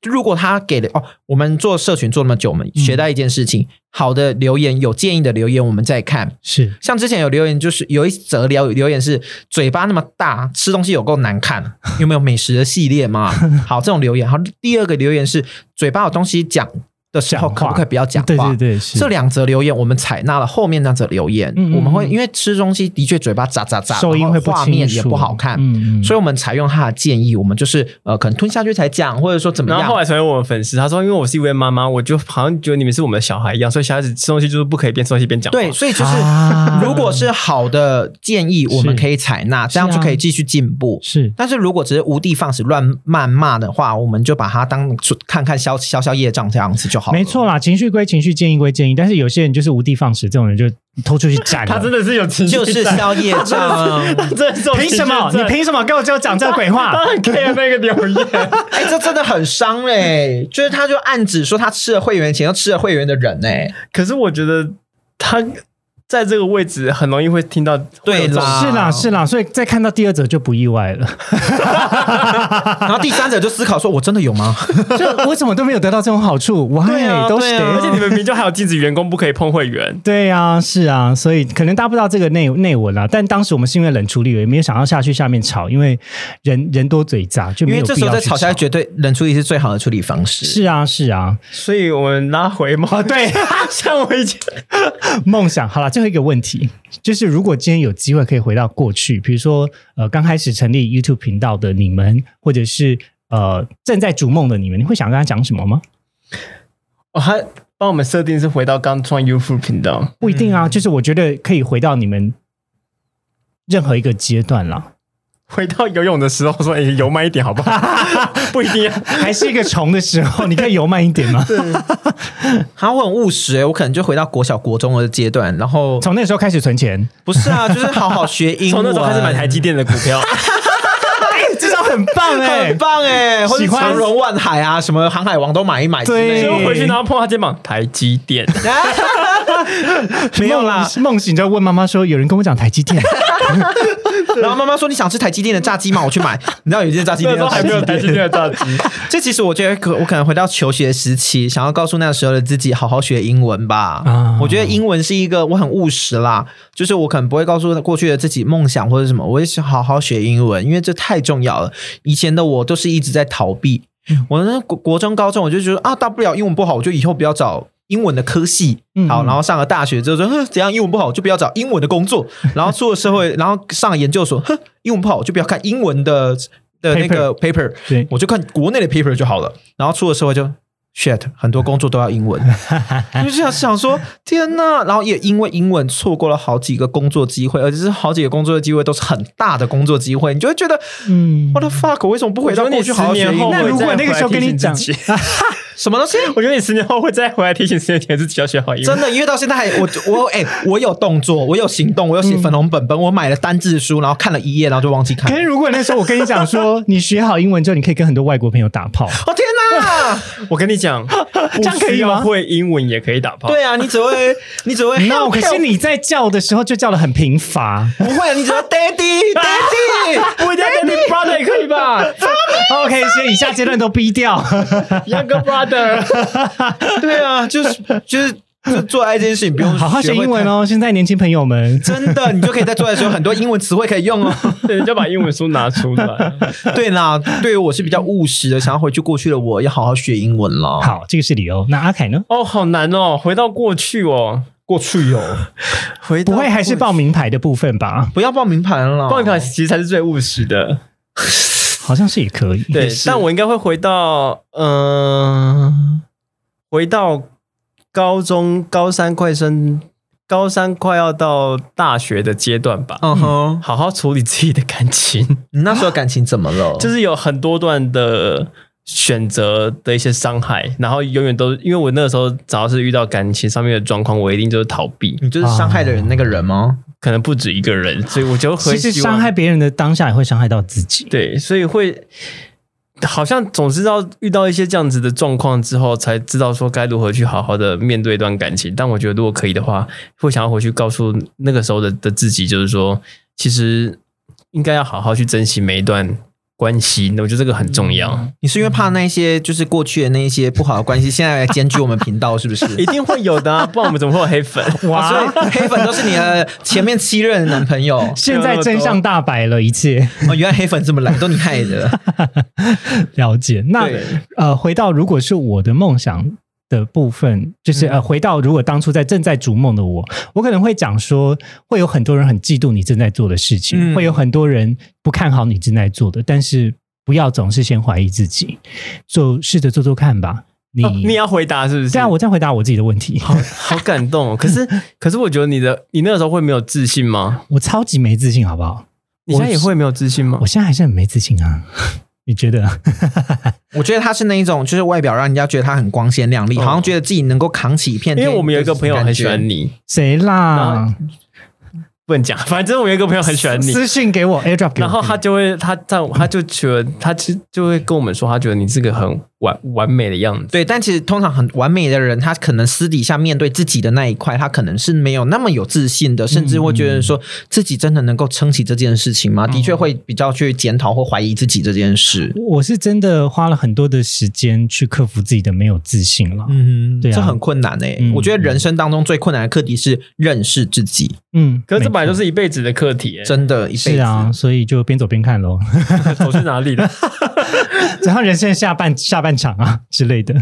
C: 如果他给的哦，我们做社群做那么久，我们学到一件事
A: 嗯
C: 情：好的留言，有建议的留言，我们再看。
A: 是
C: 像之前有留言，就是有一则留留言是嘴巴那么大，吃东西有够难看，有没有美食的系 列嘛？好，这种留言。好，第二个留言是嘴巴有东西讲的时候，
A: 讲话
C: 可不可以不要讲话？
A: 对对对，是
C: 这两则留言我们采纳了后面那则留言，
A: 嗯嗯
C: 我们会
A: 嗯
C: 因为吃东西的确嘴巴喳喳喳，
A: 收音
C: 然后
A: 会不
C: 画
A: 清
C: 面也
A: 楚
C: 不好看。
A: 嗯嗯，
C: 所以，我们采用他的建议，我们就是呃，可能吞下去才讲，或者说怎么
B: 然
C: 样。
B: 后后来成为我们粉丝，他说：“因为我是一位妈妈，我就好像觉得你们是我们的小孩一样，所以小孩子吃东西就是不可以边吃东西边讲话。”
C: 对，所以就是、
A: 啊
C: 如果是好的建议，我们可以采纳，这样
A: 是啊
C: 就可以继续进步。
A: 是
C: 但是如果只是无的放矢、乱谩骂的话，我们就把它当做看看消消消业障这样子就好了。
A: 没错啦，情绪归情绪，建议归建议，但是有些人就是无的放矢，这种人就偷出去斩了。
B: 他真的是有情绪在，
C: 就是消业障。
B: 这种
A: 凭什么？你凭什么给我就讲这鬼话？
B: 他很 care 那个留言，
C: 哎、这真的很伤哎、就是他就暗指说他吃了会员钱，又吃了会员的人哎、
B: 可是我觉得他在这个位置很容易会听到，
C: 对啦，
A: 是啦，是啦，所以再看到第二者就不意外了。
C: 然后第三者就思考说，我真的有吗？
A: 就我怎么都没有得到这种好处，我
C: 对啊
A: 都是
C: 对啊
B: 而
A: 得
B: 且你们明明就还有禁止员工不可以碰会员，
A: 对呀、是啊，所以可能大家不知道这个内内文啦、但当时我们是因为冷处理，也没有想要下去下面吵，因为人人多嘴杂，就
C: 因
A: 没
C: 为
A: 有
C: 这
A: 必
C: 时候
A: 要
C: 再
A: 去
C: 吵下来，绝对冷处理是最好的处理方式。
A: 是啊，是啊，
B: 所以我们拉回嘛。哦 对，像我以前
A: 梦想。好了，最后一个问题就是，如果今天有机会可以回到过去，比如说呃，刚开始成立 YouTube 频道的你们，或者是呃正在逐梦的你们，你会想跟他讲什么吗？
B: 哦，他帮我们设定是回到刚创 U f 频道，
A: 不一定啊，就是我觉得可以回到你们任何一个阶段啦，
B: 回到游泳的时候说：“哎、游慢一点好不 好？”不一定要。
A: 还是一个虫的时候，你可以游慢一点 吗？
C: 好，我很务实哎、我可能就回到国小、国中的阶段，然后
A: 从那时候开始存钱，
C: 不是啊，就是好好学英文。
B: 从那时候开始买台积电的股票，
A: 这招很棒哎、
C: 很棒哎、欸，或者
A: 喜欢
C: 长荣万海啊，什么航海王都买一买之
A: 对
C: 类
B: 所以
C: 的。哎
B: 我回去然后碰他肩膀，台积电。
A: 没有啦，梦醒就问妈妈说，有人跟我讲台积 电，
C: 然后妈妈说你想吃台积电的炸鸡吗？我去买。你知道有一件炸鸡
B: 那
C: 店
B: 时
C: 叫
B: 候还没有
C: 台
B: 台
C: 积
B: 积
C: 电
B: 电的 炸鸡，
C: 这其实我觉得可我可能回到求学时期，想要告诉那时候的自己，好好学英文吧。
A: 啊
C: 我觉得英文是一个我很务实啦，就是我可能不会告诉过去的自己梦想或者什么，我也想好好学英文，因为这太重要了。以前的我都是一直在逃避，
A: 嗯
C: 我那国国中、高中我就觉得啊，大不了英文不好，我就以后不要找。英文的科系
A: 嗯
C: 好，然后上了大学之后说，哼，怎样英文不好我就不要找英文的工作，然后出了社会，然后上了研究所，哼，英文不好我就不要看英文的的那个 paper，
A: 对
C: 我就看国内的 paper 就好了。然后出了社会就 shit，很多工作都要英 文，就是想想说天呐，然后也因为英文错过了好几个工作机会，而且是好几个工作机会都是很大的工作机会，你就会觉得
A: 嗯
C: what the fuck，我为什么不回到过去好好学英
A: 那
C: 文？
A: 如果那个时候跟你讲
B: 讲，
C: 什 么东西？
B: 我觉得你十年后会再回来提醒十年前自己要学好英
C: 真
B: 文。
C: 的，因为到现在还我我哎、我有动作，我有行动，我有写粉红本本，我买了单字书，然后看了一页，然后就忘记
A: 嗯
C: 看
A: 可。是如果那时候我跟你讲说，你学好英文之后，你可以跟很多外国朋友打 炮，
C: 哦天呐！
A: 啊
B: 我跟你讲，
A: 这样可以吗
B: 不需要会英文也可以打 炮。
C: 对啊，你只会你只会
A: 那
C: help，
A: 可是
C: help
A: 你在叫的时候就叫的很贫乏，
C: 不会啊，你只会 daddy daddy。
B: 我一定要 跟你 brother 也可以 吧
A: OK，所以以下阶段都逼 掉。
B: ，younger brother。
C: 对啊，就是就是就做爱这件事情，不用
A: 好好学
C: 会
A: 英文
C: 看。
A: 哦，现在年轻朋友们。
C: 真的，你就可以在做爱的时候很多英文词汇可以 用哦。
B: 对，你就把英文书拿出来。
C: 对啦，对于我是比较务实的，想要回去过去的我，要好好学英文了。，
A: 好，这个是理由。那阿凯呢？
B: 哦，好难哦，回到过去哦，
C: 过去有
B: 回
A: 不会还是报
B: 名？
A: 名牌的部分吧？
C: 不要报名牌了，
B: 报名牌其实才是最务实的。
A: 好像是也可以。
B: 对
C: 哦也，是
B: 但我应该会回到嗯、回到高中高三快升高三快要到大学的阶段吧。
C: 嗯哼，
B: 好好处理自己的感情，
A: 啊
C: 哦你那时候感情怎么了？
B: 就是有很多段的选择的一些伤害，然后永远都因为我那个时候只要是遇到感情上面的状况，我一定就是逃避，
C: 你就是伤害的人那个人吗？
B: 可能不止一个人，所以我就会
A: 其实
B: 希望
A: 伤害别人的当下也会伤害到自己。
B: 对，所以会好像总是要遇到一些这样子的状况之后，才知道说该如何去好好的面对一段感情。但我觉得如果可以的话，会想要回去告诉那个时候的的自己，就是说，其实应该要好好去珍惜每一段关系。那我觉得这个很重要，
C: 你是因为怕那些就是过去的那些不好的关系，现在来兼具我们频道是不是？
B: 一定会有的、啊，不然我们怎么会有黑 粉？
C: 所
B: 啊
A: 哇！
C: 以黑粉都是你的前面七任男朋 友
A: 现在真相大白了，一切
C: 哦，原来黑粉这么懒，都你害的。
A: 了解。那
C: 对，
A: 呃，回到如果是我的梦想的部分，就是、
B: 嗯
A: 呃，回到如果当初在正在逐梦的我，我可能会讲说，会有很多人很嫉妒你正在做的事情，
C: 嗯
A: 会有很多人不看好你正在做的，但是不要总是先怀疑自己，就试着做做看吧。你、
B: 哦你要回答是不是？
A: 对啊，我在回答我自己的问题，
B: 好好感动、哦。可是 可是，我觉得你的你那个时候会没有自信吗？
A: 我超级没自信，好不好？
B: 你现在也会没有自信吗
A: 我？现在还是很没自信啊。 你觉得？
C: 我觉得他是那一种，就是外表让人家觉得他很光鲜亮丽，
B: 哦
C: 好像觉得自己能够扛起一片
B: 因
C: 天。
B: 为我们有一个朋友很喜欢
C: 你，
B: 你，
A: 谁啦？
B: 不能讲， 反正我有一个朋友很喜欢你，
A: 私信给我 AirDrop 给我。
B: 然后他就会他他他就觉得他其实就会跟我们说，他觉得你是个很完完美的样子。
C: 对，但其实通常很完美的人，他可能私底下面对自己的那一块，他可能是没有那么有自信的，甚至会觉得
B: 嗯
C: 说自己真的能够撑起这件事情吗？的确会比较去检讨或怀疑自己这件事。
A: 我是真的花了很多的时间去克服自己的没有自信了。
C: 嗯
A: 对啊
C: 这很困难诶、
A: 嗯
C: 我觉得人生当中最困难的课题是认识自己，
A: 嗯，
B: 可是这本来就
A: 没
B: 是一辈子的课题、欸，
C: 真的，一辈子
A: 是啊，所以就边走边 看喽。
B: 走去哪里了？
A: 然后人生下半下半场啊之类的。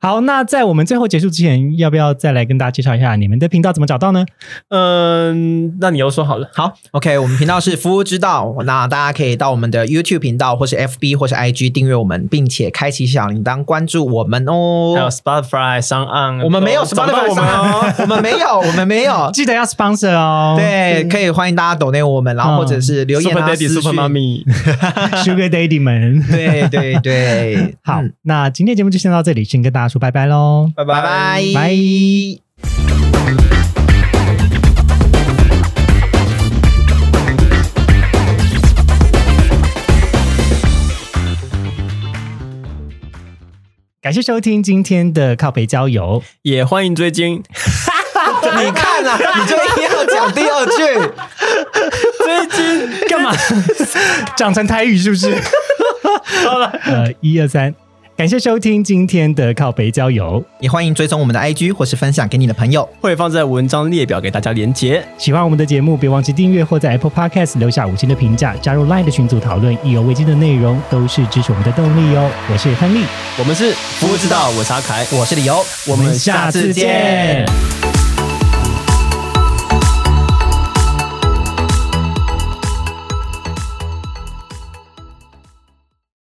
A: 好，那在我们最后结束之前，要不要再来跟大家介绍一下你们的频道怎么找到呢？
B: 嗯，那你又说好了。
C: 好，OK，我们频道是服务之道，那大家可以到我们的 YouTube 频道，或是 FB，或是 IG 订阅我们，并且开启小铃铛关注我们
B: 还有
C: 哦。
B: Spotify 上岸，
C: 我们没有
B: 找到
C: Spotify，
B: 我们 哦。
C: 我们没有，我们没 有。
A: 记得要 sponsor 哦。
C: 对，可以欢迎大家 donate 我们，然后或者是留言
B: 嗯 Super
C: 啊，
B: Daddy
C: 私
B: Super
C: 讯。
B: Mommy，
A: ，Sugar Daddy 们。
C: 对对对，
A: 好
C: 嗯，
A: 那今天节目就先到这里，先跟大家说拜拜喽。
B: 拜
C: 拜拜
A: 拜感谢收听今天的靠北郊游，
B: 也欢迎追金，
C: 你看啊，你就一定要讲第 二句。
B: 追金，
A: 干嘛 长成台语是不是？
B: 好了。
A: 呃，一二三，感谢收听今天的靠北郊游。
C: 也欢迎追踪我们的 IG 或是分享给你的朋友。
B: 会放在文章列表给大家连接。
A: 喜欢我们的节目，别忘记订阅或在 Apple Podcast 留下五星的评价，加入 LINE 的群组讨论，意犹未尽的内容都是支持我们的动力哦。我是亨利，
B: 我们是服务之道，我是阿凯，
C: 我是李由，
A: 我们下次见。